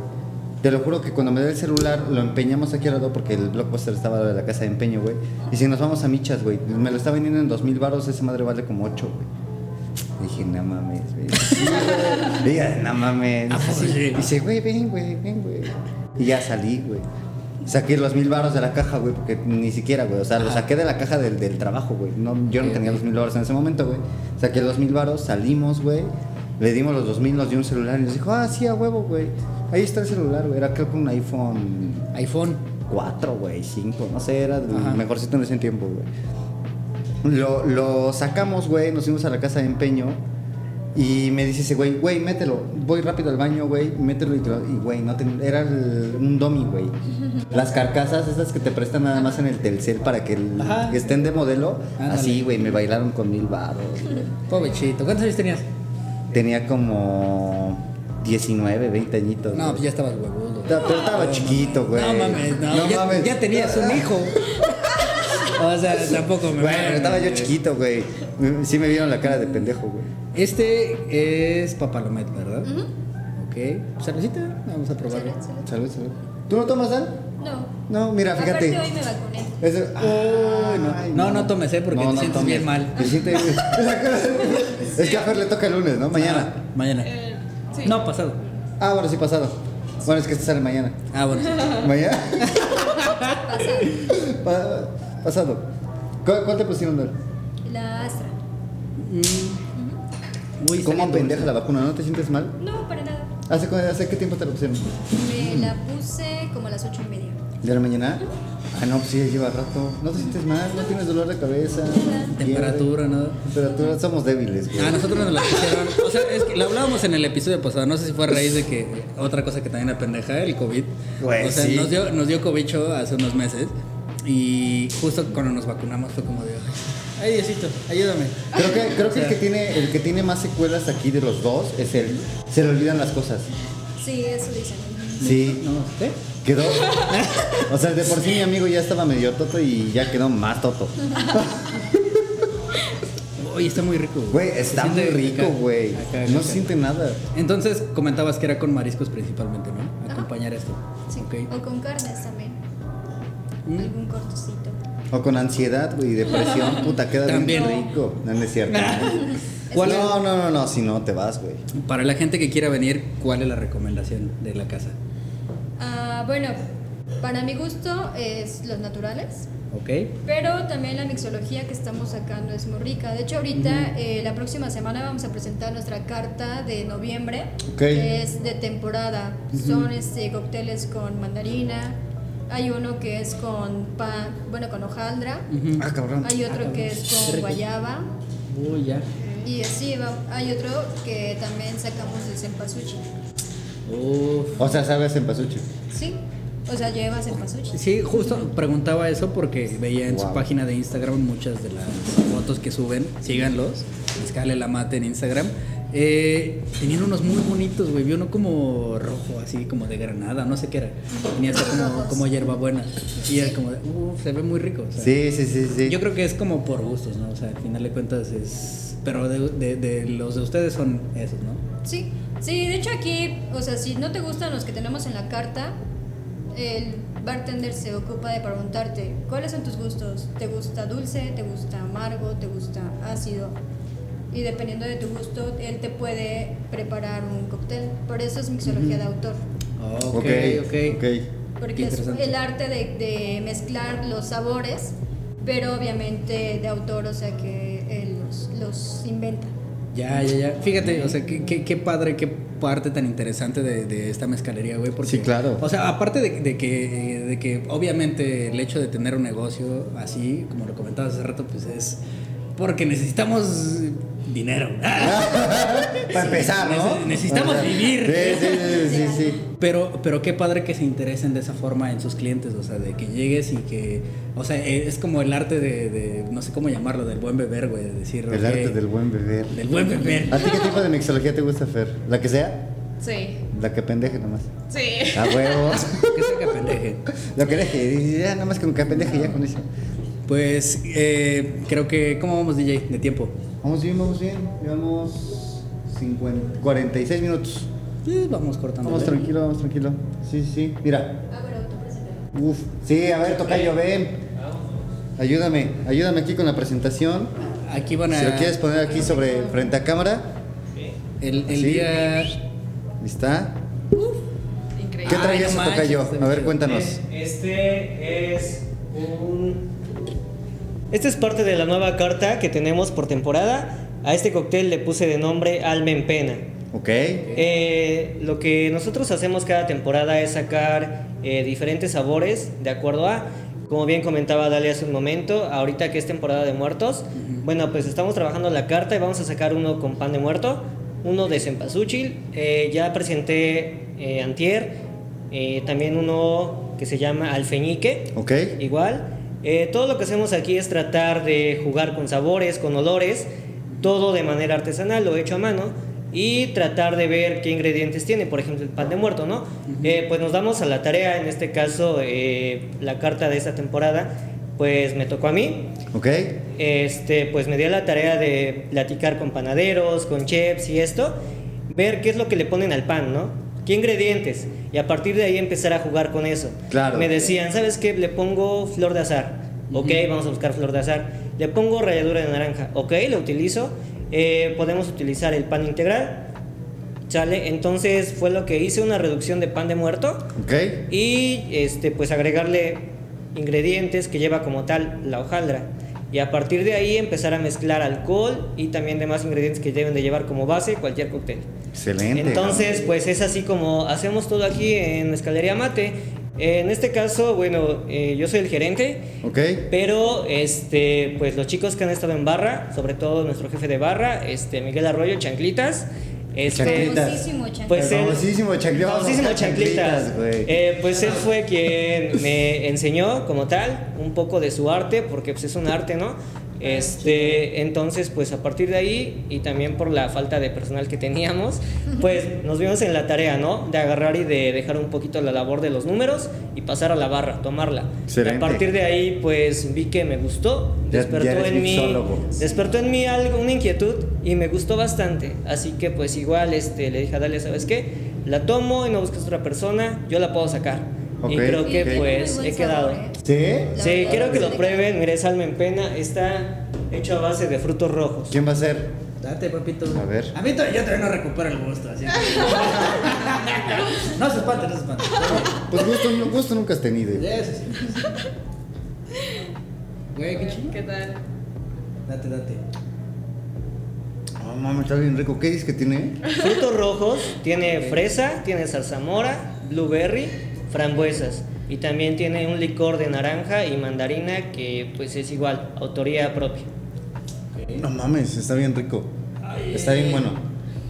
S2: Te lo juro que cuando me dé el celular, lo empeñamos aquí al lado porque el blockbuster estaba de la casa de empeño, güey. Y si nos vamos a michas, güey, me lo está vendiendo en dos mil varos, esa madre vale como ocho, güey. Dije, no mames, güey. Sí, güey. Diga, no mames.
S1: ¿A poco sí?
S2: Dice, güey, ven, güey, ven, güey. Y ya salí, güey. Saqué los mil baros de la caja, güey, porque ni siquiera, güey. O sea, lo
S1: Ajá.
S2: saqué de la caja del, del trabajo, güey. No, yo no
S1: Ok,
S2: tenía
S1: ok.
S2: los mil baros en ese momento, güey. Saqué los mil baros, salimos, güey. Le dimos los dos mil, nos dio un celular y nos dijo, ah, sí, a huevo, güey. Ahí está el celular, güey. Era creo que un iPhone
S1: iPhone.
S2: 4, güey, 5, no sé, era el
S1: Ajá.
S2: mejorcito en ese tiempo, güey. Lo, lo sacamos, güey, nos fuimos a la casa de empeño y me dice ese güey, güey, mételo, voy rápido al baño, güey, mételo y, te lo- y, güey, no ten- era el- un dummy, güey. Las carcasas esas que te prestan nada más en el Telcel para que el-
S1: Ajá.
S2: que estén de modelo,
S1: Ándale.
S2: así, güey, me bailaron con mil baros. güey.
S1: Pobrecito. ¿Cuántos años tenías?
S2: Tenía como 19, 20 añitos.
S1: No,
S2: güey.
S1: pues ya estabas huevudo.
S2: Ta- pero estaba
S1: No,
S2: chiquito, güey.
S1: No mames, no.
S2: No
S1: ya,
S2: mames.
S1: ya tenías un hijo. O sea, tampoco me
S2: Bueno,
S1: mames,
S2: estaba yo
S1: güey.
S2: chiquito, güey. Sí me vieron la cara de pendejo, güey.
S1: Este es Papalomet, ¿verdad? Ok. Saludcita, vamos a probarlo.
S3: Salud, salud.
S2: Salud, salud. ¿Tú no tomas sal?
S3: No.
S2: No,
S1: Ah,
S2: mira,
S3: Aparte
S2: fíjate.
S3: hoy me vacuné.
S2: Es el-
S1: Uy, no.
S2: Ay,
S1: No, no tomes, ¿eh? Porque te sientes
S2: tomes.
S1: bien mal.
S2: Te sientes- es que a Fer le toca el lunes, ¿no? Mañana.
S1: Ah, mañana.
S4: Eh, Sí.
S1: No, pasado.
S2: Ah, bueno, sí, pasado. Bueno, es que este sale mañana.
S1: Ah, bueno. sí.
S2: ¿Mañana? Pa- pasado. ¿Cuál, cuál te pusieron, Dal?
S3: La Astra.
S1: Mm. Uy,
S2: ¿Cómo
S1: saliendo,
S2: pendeja la vacuna? ¿No te sientes mal?
S3: No, para nada.
S2: ¿Hace, cu- hace qué tiempo te la pusieron?
S3: Me
S1: Mm.
S3: la puse como a las ocho y media.
S2: ¿De la mañana? Ah, no, pues sí, lleva rato. ¿No te sientes mal? ¿No tienes dolor de cabeza?
S1: Temperatura, nada.
S2: Fiebre? Temperatura, somos débiles, güey.
S1: A nosotros nos la pusieron. O sea, es que lo hablábamos en el episodio pasado. No sé si fue a raíz de que otra cosa que también apendeja, el COVID.
S2: Güey,
S1: o sea,
S2: sí.
S1: nos dio, nos dio cobicho hace unos meses. Y justo cuando nos vacunamos fue como de. Ay, Diosito, ayúdame.
S2: Creo que, creo
S1: O
S2: que, el,
S1: sea,
S2: que tiene, el que tiene más secuelas aquí de los dos es el se le olvidan las cosas.
S3: Sí, eso dicen.
S2: Sí,
S1: No, ¿qué?
S2: quedó. O sea, de por sí mi amigo ya estaba medio toto y ya quedó más toto.
S1: Oye, está muy rico.
S2: Güey,
S1: Se
S2: está muy
S1: siente
S2: rico,
S1: acá,
S2: güey.
S1: acá,
S2: No
S1: acá.
S2: se siente nada.
S1: Entonces comentabas que era con mariscos principalmente, ¿no?
S3: Ajá.
S1: Acompañar esto.
S3: Sí.
S1: Ok.
S3: O con carnes también.
S1: Mm.
S3: Algún cortocito.
S2: O con ansiedad, güey, y depresión, puta, queda
S1: También.
S2: bien rico. No, no es cierto.
S1: ¿Cuál es-
S2: no, no, no, no, si no te vas, güey.
S1: Para la gente que quiera venir, ¿cuál es la recomendación de la casa?
S3: Ah, bueno, para mi gusto es los naturales.
S1: ¿Ok?
S3: Pero también la mixología que estamos sacando es muy rica. De hecho, ahorita, eh, la próxima semana vamos a presentar nuestra carta de noviembre,
S2: Ok.
S3: que es de temporada. Son este, cócteles con mandarina, hay uno que es con pan, bueno, con hojaldra,
S1: Ujú.
S2: Ah, cabrón.
S3: hay
S1: Ah,
S3: otro
S1: cabrón.
S3: que es
S1: Qué
S3: con
S1: rico.
S3: guayaba,
S1: Uy, ya.
S3: y así, va- hay otro que también sacamos de cempasúchil.
S1: Uf.
S2: O sea, sabes en pasucho.
S3: Sí, o sea, lleva cempasúchil.
S1: Sí, justo preguntaba eso porque veía en su
S2: Wow.
S1: página de Instagram muchas de las fotos que suben. Síganlos. Escale la mate en Instagram. Eh, tenían unos muy bonitos, güey. Vi uno como rojo, así como de granada, no sé qué era. Tenía hasta como, como hierbabuena. Y era como de, uff, se ve muy rico. o sea,
S2: Sí, sí, sí, sí.
S1: Yo creo que es como por gustos, ¿no? O sea, al final de cuentas es. Pero de, de- de los de ustedes son esos, ¿no?
S3: Sí, sí, de hecho aquí, o sea, si no te gustan los que tenemos en la carta, el bartender se ocupa de preguntarte, ¿cuáles son tus gustos? ¿Te gusta dulce? ¿Te gusta amargo? ¿Te gusta ácido? Y dependiendo de tu gusto, él te puede preparar un cóctel. Por eso es mixología de autor,
S1: Ok,
S2: ok. okay.
S1: Qué
S3: porque es
S1: interesante.
S3: el arte de, de mezclar los sabores, pero obviamente de autor, o sea que él los, los inventa.
S1: Ya, ya, ya. Fíjate, o sea, qué, qué, qué padre, qué parte tan interesante de, de esta mezcalería, güey. Porque,
S2: Sí, claro.
S1: O sea, aparte de, de que, de que obviamente el hecho de tener un negocio así, como lo comentabas hace rato, pues es porque necesitamos dinero.
S2: Para empezar, ¿no?
S1: Nece- necesitamos
S2: O sea,
S1: vivir.
S2: Sí, sí, sí, sí, sí.
S1: Pero, pero qué padre que se interesen de esa forma en sus clientes, o sea, de que llegues y que, o sea, e- es como el arte de, de- no sé cómo llamarlo, del buen beber, güey, de decir,
S2: El
S1: ok,
S2: arte del buen beber.
S1: del buen beber.
S2: ¿A ti qué tipo de mixología te gusta, Fer? ¿La que sea?
S4: Sí.
S2: La que pendeje nomás.
S4: Sí.
S2: A huevos.
S1: Que se haga pendeje.
S2: Lo que deje, ya nada más con que pendeje ya con eso.
S1: Pues eh, creo que, ¿cómo vamos DJ de tiempo?
S2: Vamos bien, vamos bien. Llevamos 50, 46 minutos.
S1: Eh, vamos cortando.
S2: Vamos
S1: ¿eh?
S2: tranquilo, vamos tranquilo. Sí, sí, sí. Mira.
S3: Ah, bueno, tú presentas.
S2: Uf. Sí, a ver, tocayo, ven. Ayúdame, ayúdame aquí con la presentación.
S1: Aquí van a...
S2: Si lo quieres poner aquí sobre frente a cámara.
S1: El, el
S2: así.
S1: día...
S2: Ahí está. ¿Qué
S4: Increíble.
S1: Ay,
S2: traías,
S1: no
S2: tocayo?
S1: manches,
S2: A ver,
S1: está
S2: cuéntanos.
S5: Eh.
S6: Este es un...
S5: Esta es parte de la nueva carta que tenemos por temporada. A este cóctel le puse de nombre Alma en Pena.
S2: Ok.
S5: Eh, lo que nosotros hacemos cada temporada es sacar eh, diferentes sabores de acuerdo a, como bien comentaba Dale hace un momento, ahorita que es temporada de muertos, bueno, pues estamos trabajando la carta y vamos a sacar uno con pan de muerto, uno de cempasúchil, eh, ya presenté eh, antier, eh, también uno que se llama alfeñique,
S2: Ok.
S5: Igual. eh, todo lo que hacemos aquí es tratar de jugar con sabores, con olores, todo de manera artesanal, lo hecho a mano, y tratar de ver qué ingredientes tiene, por ejemplo, el pan de muerto, ¿no? Eh, pues nos damos a la tarea, en este caso, eh, la carta de esta temporada, pues me tocó a mí,
S2: Ok.
S5: este, pues me dio la tarea de platicar con panaderos, con chefs y esto, ver qué es lo que le ponen al pan, ¿no? ¿Qué ingredientes? Y a partir de ahí empezar a jugar con eso.
S2: Claro.
S5: Me decían, ¿sabes qué? Le pongo flor de azar. Ok, vamos a buscar flor de azar. Le pongo ralladura de naranja. Ok, lo utilizo. Eh, podemos utilizar el pan integral. Chale, entonces fue lo que hice, una reducción de pan de muerto
S2: ¿Ok?
S5: y este, pues agregarle ingredientes que lleva como tal la hojaldra. Y a partir de ahí empezar a mezclar alcohol y también demás ingredientes que deben de llevar como base cualquier cóctel.
S2: Excelente.
S5: Entonces, pues es así como hacemos todo aquí en Escalería Mate. En este caso, bueno, eh, yo soy el gerente.
S2: ¿Ok?
S5: Pero, este, pues los chicos que han estado en barra, sobre todo nuestro jefe de barra, este, Miguel Arroyo, Chanclitas, este,
S2: Chanclitas.
S3: Famosísimo, chancla.
S5: Pues
S2: el
S5: él-
S2: famosísimo Chanclitas.
S5: famosísimo Chanclitas,
S2: güey.
S5: Eh, pues él fue quien me enseñó como tal un poco de su arte, porque pues es un arte, ¿no? Este, entonces, pues a partir de ahí y también por la falta de personal que teníamos, pues nos vimos en la tarea, ¿no? De agarrar y de dejar un poquito la labor de los números y pasar a la barra, tomarla.
S2: Excelente.
S5: Y a partir de ahí, pues vi que me gustó,
S2: Ya-
S5: despertó
S2: ya eres
S5: en mí,
S2: mixólogo.
S5: despertó en mí algo, una inquietud y me gustó bastante. Así que pues igual este, le dije a Dalia, ¿sabes qué? La tomo y no buscas otra persona, yo la puedo sacar. y
S2: Ok,
S5: creo que
S2: ok.
S5: pues
S3: Muy
S5: he
S3: buen
S5: quedado.
S3: sabor, ¿eh?
S2: ¿Sí?
S3: La
S5: Sí,
S3: verdad,
S5: quiero que
S3: sí
S5: lo
S3: le
S5: prueben, mire, es alma en pena, está hecho a base de frutos rojos.
S2: ¿Quién va a ser?
S1: Date, papito.
S2: A ver.
S1: A mí todavía, yo todavía no recupero el gusto, así que- no se espante, no se espante.
S2: Pues gusto, nu- gusto nunca has tenido.
S5: Eh.
S2: güey.
S1: Ya, sí, sí. Güey, qué chido.
S4: ¿Qué tal?
S1: Date, date.
S2: No mames, está bien rico. ¿Qué dices que tiene?
S5: Frutos rojos, tiene fresa, tiene zarzamora, blueberry, frambuesas. Y también tiene un licor de naranja y mandarina que pues es igual, autoría propia. Eh.
S2: No mames, está bien rico. Está bien bueno.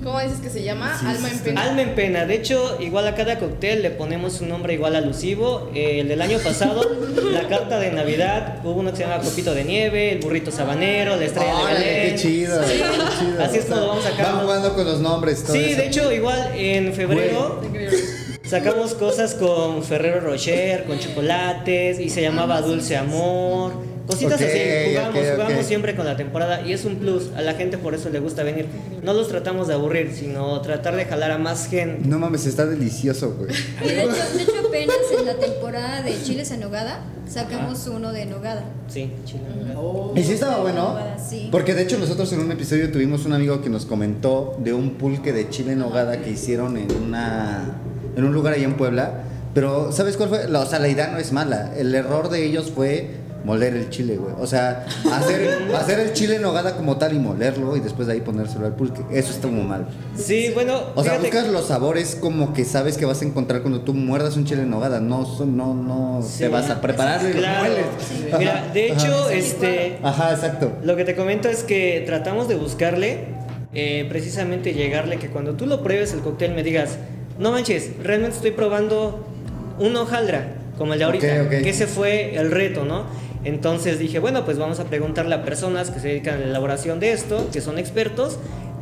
S4: ¿Cómo dices que se llama?
S2: Sí,
S4: Alma en
S2: sí,
S4: pena.
S5: Alma en pena, de hecho, igual a cada cóctel le ponemos un nombre igual alusivo. Eh, el del año pasado, la carta de Navidad, hubo uno que se llama Copito de Nieve, el burrito sabanero, la estrella de
S2: Órale,
S5: Belén.
S2: qué chido.
S5: Sí.
S2: qué chido.
S5: Así es como vamos
S2: Van
S5: sacando.
S2: jugando con los nombres. todo
S5: Sí,
S2: eso.
S5: de hecho, igual en febrero
S4: Increíble.
S5: sacamos cosas con Ferrero Rocher, con chocolates, y se llamaba Dulce Amor. Cositas
S2: Ok,
S5: así, jugamos,
S2: ok, ok.
S5: jugamos siempre con la temporada y es un plus, a la gente por eso le gusta venir. No los tratamos de aburrir, sino tratar de jalar a más gente.
S2: No mames, está delicioso, güey.
S3: Y de hecho, de hecho, apenas en la temporada de chiles en nogada sacamos uno de nogada.
S5: Sí, chile.
S2: Y sí estaba bueno.
S3: Sí.
S2: Porque de hecho nosotros en un episodio tuvimos un amigo que nos comentó de un pulque de chile en hogada que hicieron en una en un lugar allá en Puebla. Pero ¿sabes cuál fue? La- O sea, la idea no es mala. El error de ellos fue moler el chile, güey. O sea, hacer, hacer el chile en hogada como tal y molerlo y después de ahí ponérselo al pulque. Eso estuvo mal.
S5: Sí, bueno,
S2: O sea,
S5: fíjate-
S2: buscas los sabores como que sabes que vas a encontrar cuando tú muerdas un chile en hogada. No, son- no, no
S5: Sí.
S2: te vas a preparar y lo
S5: Claro.
S2: mueles. Ajá,
S5: Mira, de
S2: ajá.
S5: hecho, este,
S2: Ajá, exacto.
S5: lo que te comento es que tratamos de buscarle, eh, precisamente llegarle que cuando tú lo pruebes el cóctel me digas, no manches, realmente estoy probando una hojaldra, como el de ahorita,
S2: Ok, ok.
S5: que ese fue el reto, ¿no? Entonces dije, bueno, pues vamos a preguntarle a personas que se dedican a la elaboración de esto, que son expertos,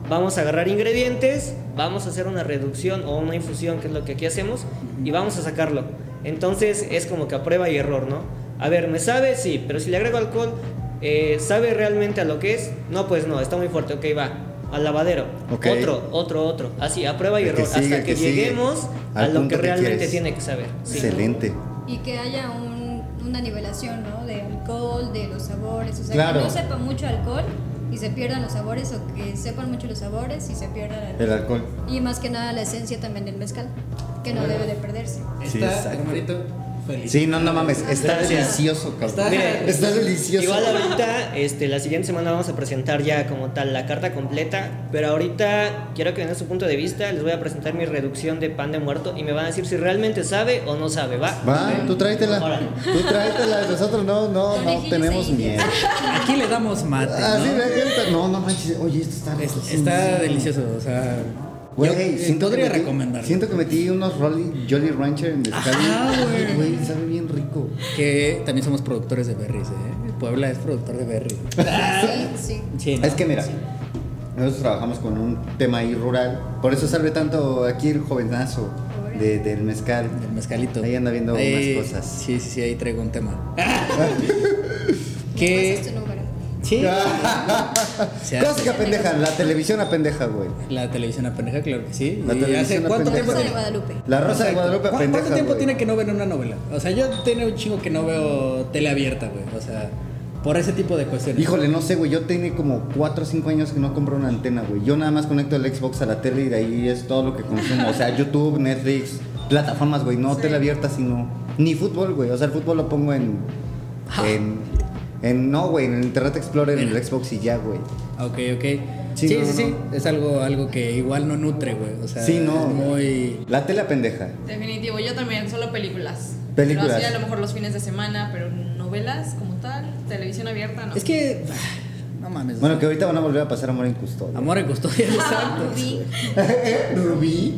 S5: vamos a agarrar ingredientes, vamos a hacer una reducción o una infusión, que es lo que aquí hacemos, y vamos a sacarlo. Entonces es como que a prueba y error, ¿no? A ver, ¿me sabe? Sí, pero si le agrego alcohol, eh, ¿sabe realmente a lo que es? No, pues no, está muy fuerte, ok, va, al lavadero,
S2: Ok.
S5: otro, otro, otro, así, a prueba y
S2: El que
S5: error,
S2: sigue, el
S5: hasta que,
S2: que sigue,
S5: lleguemos a
S2: al
S5: lo
S2: punto
S5: que
S2: que
S5: realmente
S2: quieres.
S5: tiene que saber. sí.
S2: Excelente.
S3: Y que haya un- una nivelación, ¿no? De alcohol, de los sabores. O sea,
S2: Claro.
S3: que no sepa mucho alcohol y se pierdan los sabores, o que sepan mucho los sabores y se pierdan el
S2: El alcohol.
S3: Y más que nada la esencia también del mezcal, que no debe de perderse.
S2: Sí,
S1: Está,
S2: exacto.
S1: hermanito, feliz.
S2: Sí, no, no mames. Está
S5: Gracias.
S2: delicioso, cabrón.
S5: Mira,
S2: Está delicioso.
S5: Igual ahorita, este, la siguiente semana vamos a presentar ya como tal la carta completa, pero ahorita quiero que den su punto de vista, les voy a presentar mi reducción de pan de muerto y me van a decir si realmente sabe o no sabe, ¿va?
S2: Va, tú tráetela.
S5: Órale.
S2: Tú tráetela. Nosotros no, no, no
S3: Conejillos
S2: tenemos
S3: ahí.
S2: miedo. Ah,
S1: Aquí le damos mate.
S2: Así
S1: ¿no?
S2: de gente. No, no manches. Oye, esto está
S1: Es-
S2: riquísimo.
S1: está delicioso, o sea.
S2: Güey,
S1: yo, eh,
S2: siento que
S1: podría
S2: metí-
S1: recomendarlo.
S2: Siento que metí unos Rolly Jolly Rancher en mezcal.
S1: Ajá, güey.
S2: Güey, sabe bien rico.
S1: que también somos productores de berries, ¿eh? Puebla es productor de berries.
S3: Sí, sí.
S1: Sí, ¿no?
S2: Es que mira, nosotros trabajamos con un tema ahí rural. Por eso sale tanto aquí el jovenazo de- del mezcal.
S1: El mezcalito.
S2: Ahí anda viendo
S1: Ahí-
S2: unas cosas.
S1: Sí, sí, sí, ahí traigo un tema.
S3: ¿Qué?
S1: que. Sí. Se hace.
S2: Clásica pendeja, la televisión a pendeja, güey.
S1: La televisión a pendeja, claro que sí.
S2: La
S1: ¿Y
S2: televisión
S1: hace cuánto
S2: apendeja.
S1: tiempo?
S3: Rosa de
S1: tiene-
S3: Guadalupe.
S2: La Rosa de
S1: Exacto.
S2: Guadalupe a
S1: ¿Cuánto
S2: pendeja.
S1: tiempo
S2: güey.
S1: tiene que no ver una novela? O sea, yo tengo un chingo que no veo tele abierta, güey. O sea, Por ese tipo de cuestiones.
S2: Híjole, no sé, güey. Yo tenía como 4 o 5 años que no compro una antena, güey. Yo nada más conecto el Xbox a la tele y de ahí es todo lo que consumo. O sea, YouTube, Netflix, plataformas, güey. No
S4: Sí.
S2: tele abierta, sino. Ni fútbol, güey. O sea, el fútbol lo pongo en.
S1: Ah.
S2: En. en- no, güey. En el Internet Explorer, en el Xbox y ya, güey.
S1: Ok, ok. Sí,
S2: Sí,
S1: sí,
S2: no, no,
S1: sí.
S2: no.
S1: Es algo, algo que igual no nutre, güey. O sea,
S2: sí, no.
S1: es muy.
S2: La tele pendeja.
S4: Definitivo, yo también, solo películas.
S2: Películas.
S4: Lo hacía a lo mejor los fines de semana, pero novelas como tal, televisión abierta, no.
S1: Es que. No mames.
S2: Bueno, que ahorita van a volver a pasar Amor en Custodia.
S1: Amor en custodia, exacto.
S4: Sí.
S2: Rubí.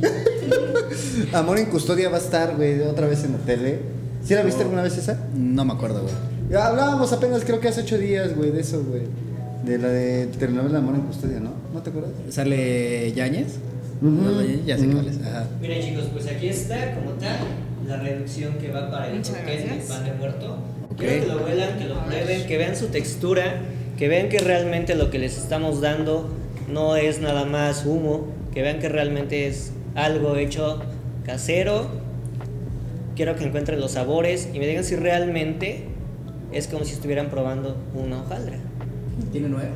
S2: Amor en Custodia va a estar, güey, otra vez en la tele. ¿Sí la viste alguna vez esa?
S1: No me acuerdo, güey.
S2: Hablábamos apenas, creo que hace ocho días, güey, de eso, güey. De la de telenovela Amor en Custodia, ¿no? ¿No te acuerdas?
S1: ¿Sale Yañez?
S2: Ujú.
S1: No, Yáñez, ya sé
S2: Ujú.
S1: cuál es. Ajá.
S5: Miren chicos, pues aquí está como tal la reducción que va para el
S4: Muchas
S5: toque del
S4: gracias.
S5: pan de muerto.
S1: Ok.
S5: Quiero que lo huelan, que lo prueben, que vean su textura, que vean que realmente lo que les estamos dando no es nada más humo, que vean que realmente es algo hecho casero. Quiero que encuentren los sabores y me digan si realmente es como si estuvieran probando una hojaldra.
S1: ¿Tiene nueve?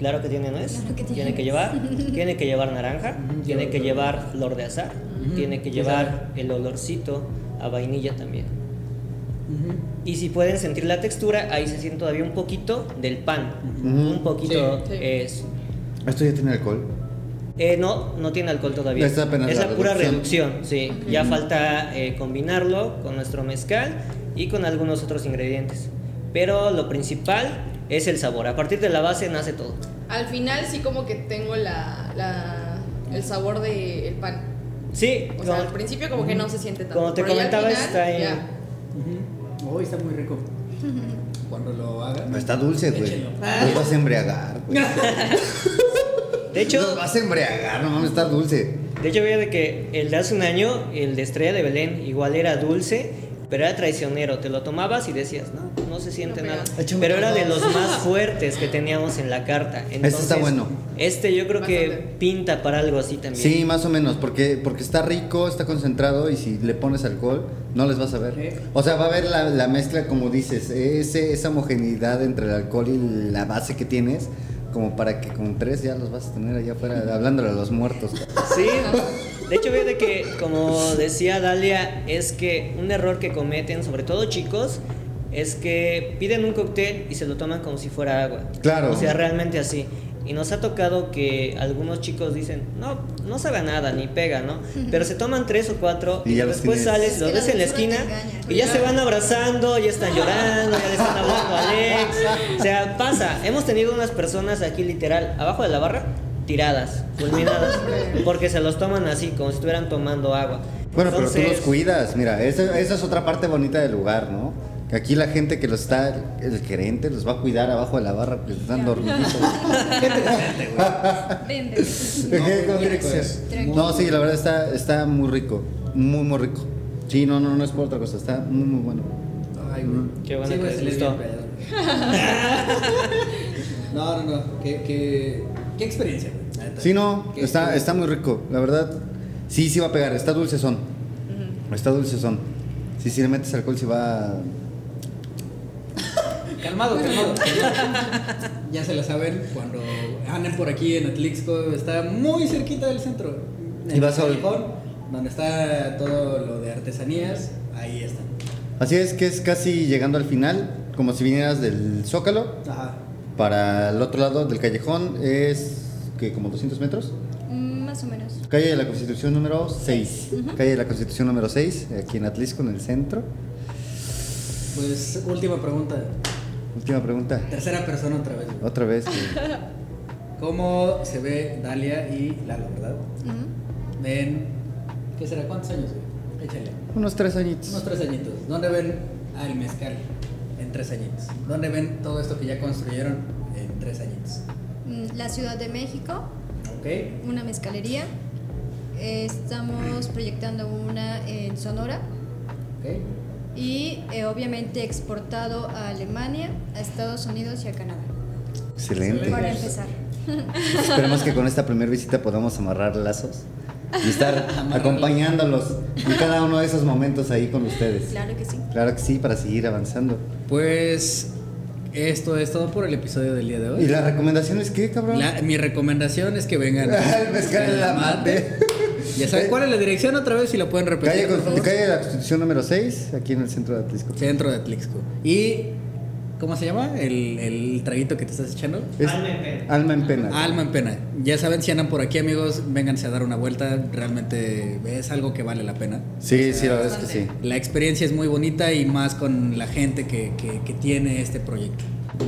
S5: Claro que tiene nuez,
S3: Claro que tiene
S5: tiene que
S3: nuez.
S5: llevar, tiene que llevar naranja,
S1: Ujú,
S5: tiene
S1: lleva
S5: que
S1: todo.
S5: llevar flor de azar,
S1: Ujú,
S5: tiene que
S1: ya
S5: llevar el olorcito a vainilla también. Y si pueden sentir la textura, ahí se siente todavía un poquito del pan,
S2: Ujú.
S5: un poquito
S4: Sí, sí.
S5: es
S2: ¿Esto ya tiene alcohol?
S5: eh, no, no tiene alcohol todavía.
S2: Es apenas
S5: es
S2: la
S5: la, pura
S2: reducción.
S5: reducción, sí. Ya falta eh, combinarlo con nuestro mezcal y con algunos otros ingredientes. Pero lo principal es el sabor. A partir de la base nace todo.
S4: Al final sí como que tengo la, la- el sabor del pan.
S5: Sí,
S4: O sea,
S5: como-
S4: al principio como que no se siente tanto.
S5: Como te
S4: pero ya al
S5: comentaba,
S4: final,
S5: está en-
S4: ya.
S1: Hoy está muy rico. Pues, Cuando lo hagan.
S2: No está dulce, güey.
S1: Échenlo.
S2: Nos vas a embriagar, güey. Nos
S5: De hecho,
S2: vas a embriagar, no mames, está dulce.
S5: de hecho, veía de que el de hace un año, el de Estrella de Belén, igual era dulce, pero era traicionero. Te lo tomabas y decías, no, no se siente
S4: No pega.
S5: nada.
S2: Échame
S5: Pero era
S2: otro.
S5: de los más fuertes que teníamos en la carta. Entonces,
S2: está bueno.
S5: Este yo creo que
S4: Bastante.
S5: pinta para algo así también.
S2: Sí, más o menos, porque, porque está rico, está concentrado y si le pones alcohol no les vas a ver.
S1: Sí.
S2: O sea, va a haber la, la mezcla, como dices, ese, esa homogeneidad entre el alcohol y la base que tienes, como para que con tres ya los vas a tener allá afuera, hablándole a los muertos.
S5: Sí. De hecho, veo de que, como decía Dalia, es que un error que cometen, sobre todo chicos, es que piden un cóctel y se lo toman como si fuera agua.
S2: Claro.
S5: O sea, realmente así. Y nos ha tocado que algunos chicos dicen, no, no sabe a nada, ni pega, ¿no? Pero se toman tres o cuatro
S2: Y
S5: y,
S2: ya los
S5: después
S2: tienes.
S5: sales,
S3: Es
S5: lo
S3: que
S5: ves
S3: la
S5: en la
S3: dulzura
S5: esquina
S3: te engaña.
S5: y ya se van abrazando, ya están llorando, ya le están hablando a Alex. O sea, pasa. Hemos tenido unas personas aquí literal, abajo de la barra, tiradas, fulminadas, porque se los toman así, como si estuvieran tomando agua.
S2: Bueno, pero tú
S5: Entonces,
S2: los cuidas, mira, esa, esa es otra parte bonita del lugar, ¿no? Que aquí la gente que los está, el gerente los va a cuidar abajo de la barra, porque están dormiditos.
S3: Vende.
S2: ¿Qué?
S1: muy
S2: ¿Qué
S1: rico
S2: dices?
S3: es.
S2: No, sí, la verdad está, está muy rico. Muy, muy rico. Sí, no, no, no es por otra cosa. Está muy, muy bueno.
S1: Ay, güey.
S5: Qué bueno
S1: Sí, güey,
S5: que
S1: se
S5: les
S1: le dio
S5: gustó.
S1: el pedo. No, no, no. ¿Qué, qué, qué experiencia, güey? La neta.
S2: Sí, no,
S1: Qué
S2: está,
S1: experiencia.
S2: está muy rico. La verdad, sí, sí va a pegar. Está dulcezón. Está dulcezón. Sí, si le metes alcohol, sí va. a-
S1: Calmado, calmado. ya se la saben, cuando anden por aquí en Atlixco, está muy cerquita del centro.
S2: Y
S1: En
S2: vas a-
S1: Callejón, donde está todo lo de artesanías, ahí están.
S2: Así es que es casi llegando al final, como si vinieras del Zócalo.
S1: Ajá.
S2: Para el otro lado del callejón es que como 200 metros.
S3: Mm, Más o menos.
S2: Calle de la Constitución número 6. Calle de la Constitución número 6, aquí en Atlisco, en el centro.
S1: Pues última pregunta.
S2: Última pregunta.
S1: Tercera persona otra vez. güey.
S2: Otra vez. güey.
S1: ¿Cómo se ve Dalia y Lalo, verdad?
S3: Ujú.
S1: Ven, ¿qué será? ¿Cuántos años? güey? Échale.
S2: Unos tres añitos.
S1: Unos tres añitos. ¿Dónde ven al mezcal en tres añitos? ¿Dónde ven todo esto que ya construyeron en tres añitos?
S3: Mm, La Ciudad de México,
S1: ¿Ok?
S3: una mezcalería. Eh, Estamos proyectando una en Sonora
S1: ¿Ok?
S3: y eh, obviamente exportado a Alemania, a Estados Unidos y a Canadá.
S2: Excelente.
S3: Para empezar.
S2: Esperemos que con esta primera visita podamos amarrar lazos y estar
S1: Amarrar
S2: acompañándolos en cada uno de esos momentos ahí con ustedes.
S3: Claro que sí.
S2: Claro que sí, para seguir avanzando.
S1: Pues Esto es todo por el episodio del día de hoy.
S2: ¿Y la recomendación es qué, cabrón?
S1: La- mi recomendación es que vengan. a-
S2: El mezcal
S1: a
S2: en la mate.
S1: Ya saben cuál es la dirección otra vez si la pueden repetir.
S2: Calle,
S1: pues, por
S2: Con-
S1: favor.
S2: calle de la Constitución número 6, aquí en el centro de Atlisco.
S1: Centro de Atlixco. ¿Y cómo se llama? El, el traguito que te estás echando.
S2: Es-
S6: Alma en pena.
S2: Alma en pena.
S1: Alma en pena. Ya saben, si andan por aquí, amigos, vénganse a dar una vuelta. Realmente es algo que vale la pena.
S2: Sí, sí, la verdad es que sí.
S1: La experiencia es muy bonita y más con la gente que, que- que tiene este proyecto.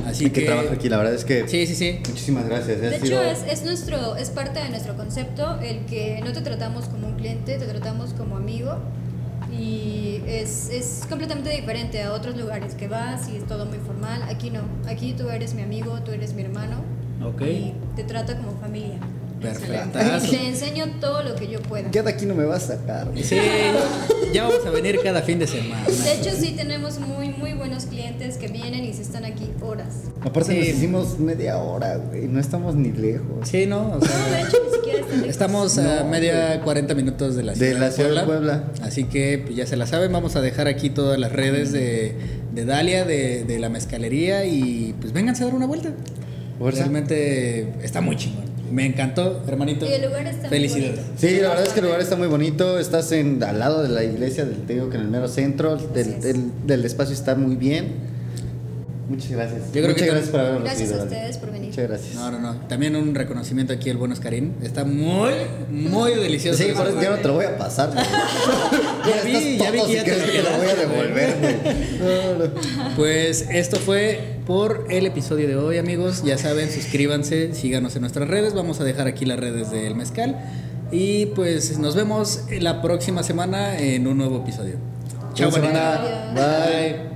S1: Así
S2: Y que trabaja aquí, la verdad es que.
S1: Sí, sí, sí.
S2: Muchísimas gracias. ha
S3: De
S2: sido-
S3: hecho, es, es, nuestro, es parte de nuestro concepto el que no te tratamos como un cliente, te tratamos como amigo. Y es, es completamente diferente a otros lugares que vas y es todo muy formal. Aquí no. Aquí tú eres mi amigo, tú eres mi hermano.
S1: Ok.
S3: Y te trato como familia.
S1: Perfecto.
S3: Y te enseño todo lo que yo pueda.
S2: Ya de aquí no me vas a sacar. güey.
S1: Sí, ya vamos a venir cada fin de semana.
S3: De hecho, sí tenemos muy, muy buenos clientes que vienen y se están aquí horas.
S2: Aparte,
S1: Sí.
S2: nos hicimos media hora, güey. No estamos ni lejos.
S1: Sí, no, o
S3: No, de
S1: sea,
S3: hecho, ni siquiera están lejos.
S1: estamos a
S2: No,
S1: media 40 minutos de la
S2: De
S1: ciudad
S2: la ciudad de Puebla.
S1: Así que pues, ya se la saben, vamos a dejar aquí todas las redes de, de Dalia, de, de la mezcalería y pues vénganse a dar una vuelta.
S2: Fuerza.
S1: Realmente está muy chingón. Me encantó, hermanito.
S3: Y el lugar está muy
S1: Felicidades.
S3: bonito.
S2: Sí, la verdad es que el lugar está muy bonito. Estás en, al lado de la iglesia del Teo, que en el mero centro del,
S3: es.
S2: del- del espacio está muy bien. Muchas gracias.
S1: Yo creo
S2: Muchas
S1: que-
S2: gracias por habernos
S3: Gracias a
S2: recibido, Ale.
S3: ustedes por venir.
S2: Muchas gracias.
S1: No, no, no. También un reconocimiento aquí el buen Oscarín. Está muy, muy delicioso.
S2: Sí,
S1: el
S2: por eso
S1: sabor.
S2: yo no te lo voy a pasar. güey.
S1: Ya vi,
S2: estás
S1: ya vi
S2: tonto
S1: que ya
S2: si
S1: te
S2: crees
S1: lo
S2: que lo voy a
S1: quedaste, güey.
S2: devolver, güey. No, no.
S1: Pues esto fue por el episodio de hoy, amigos. Ya saben, suscríbanse, síganos en nuestras redes. Vamos a dejar aquí las redes del Mezcal. Y pues nos vemos la próxima semana en un nuevo episodio. Chao,
S2: Buena
S1: bonita.
S2: semana. Bye.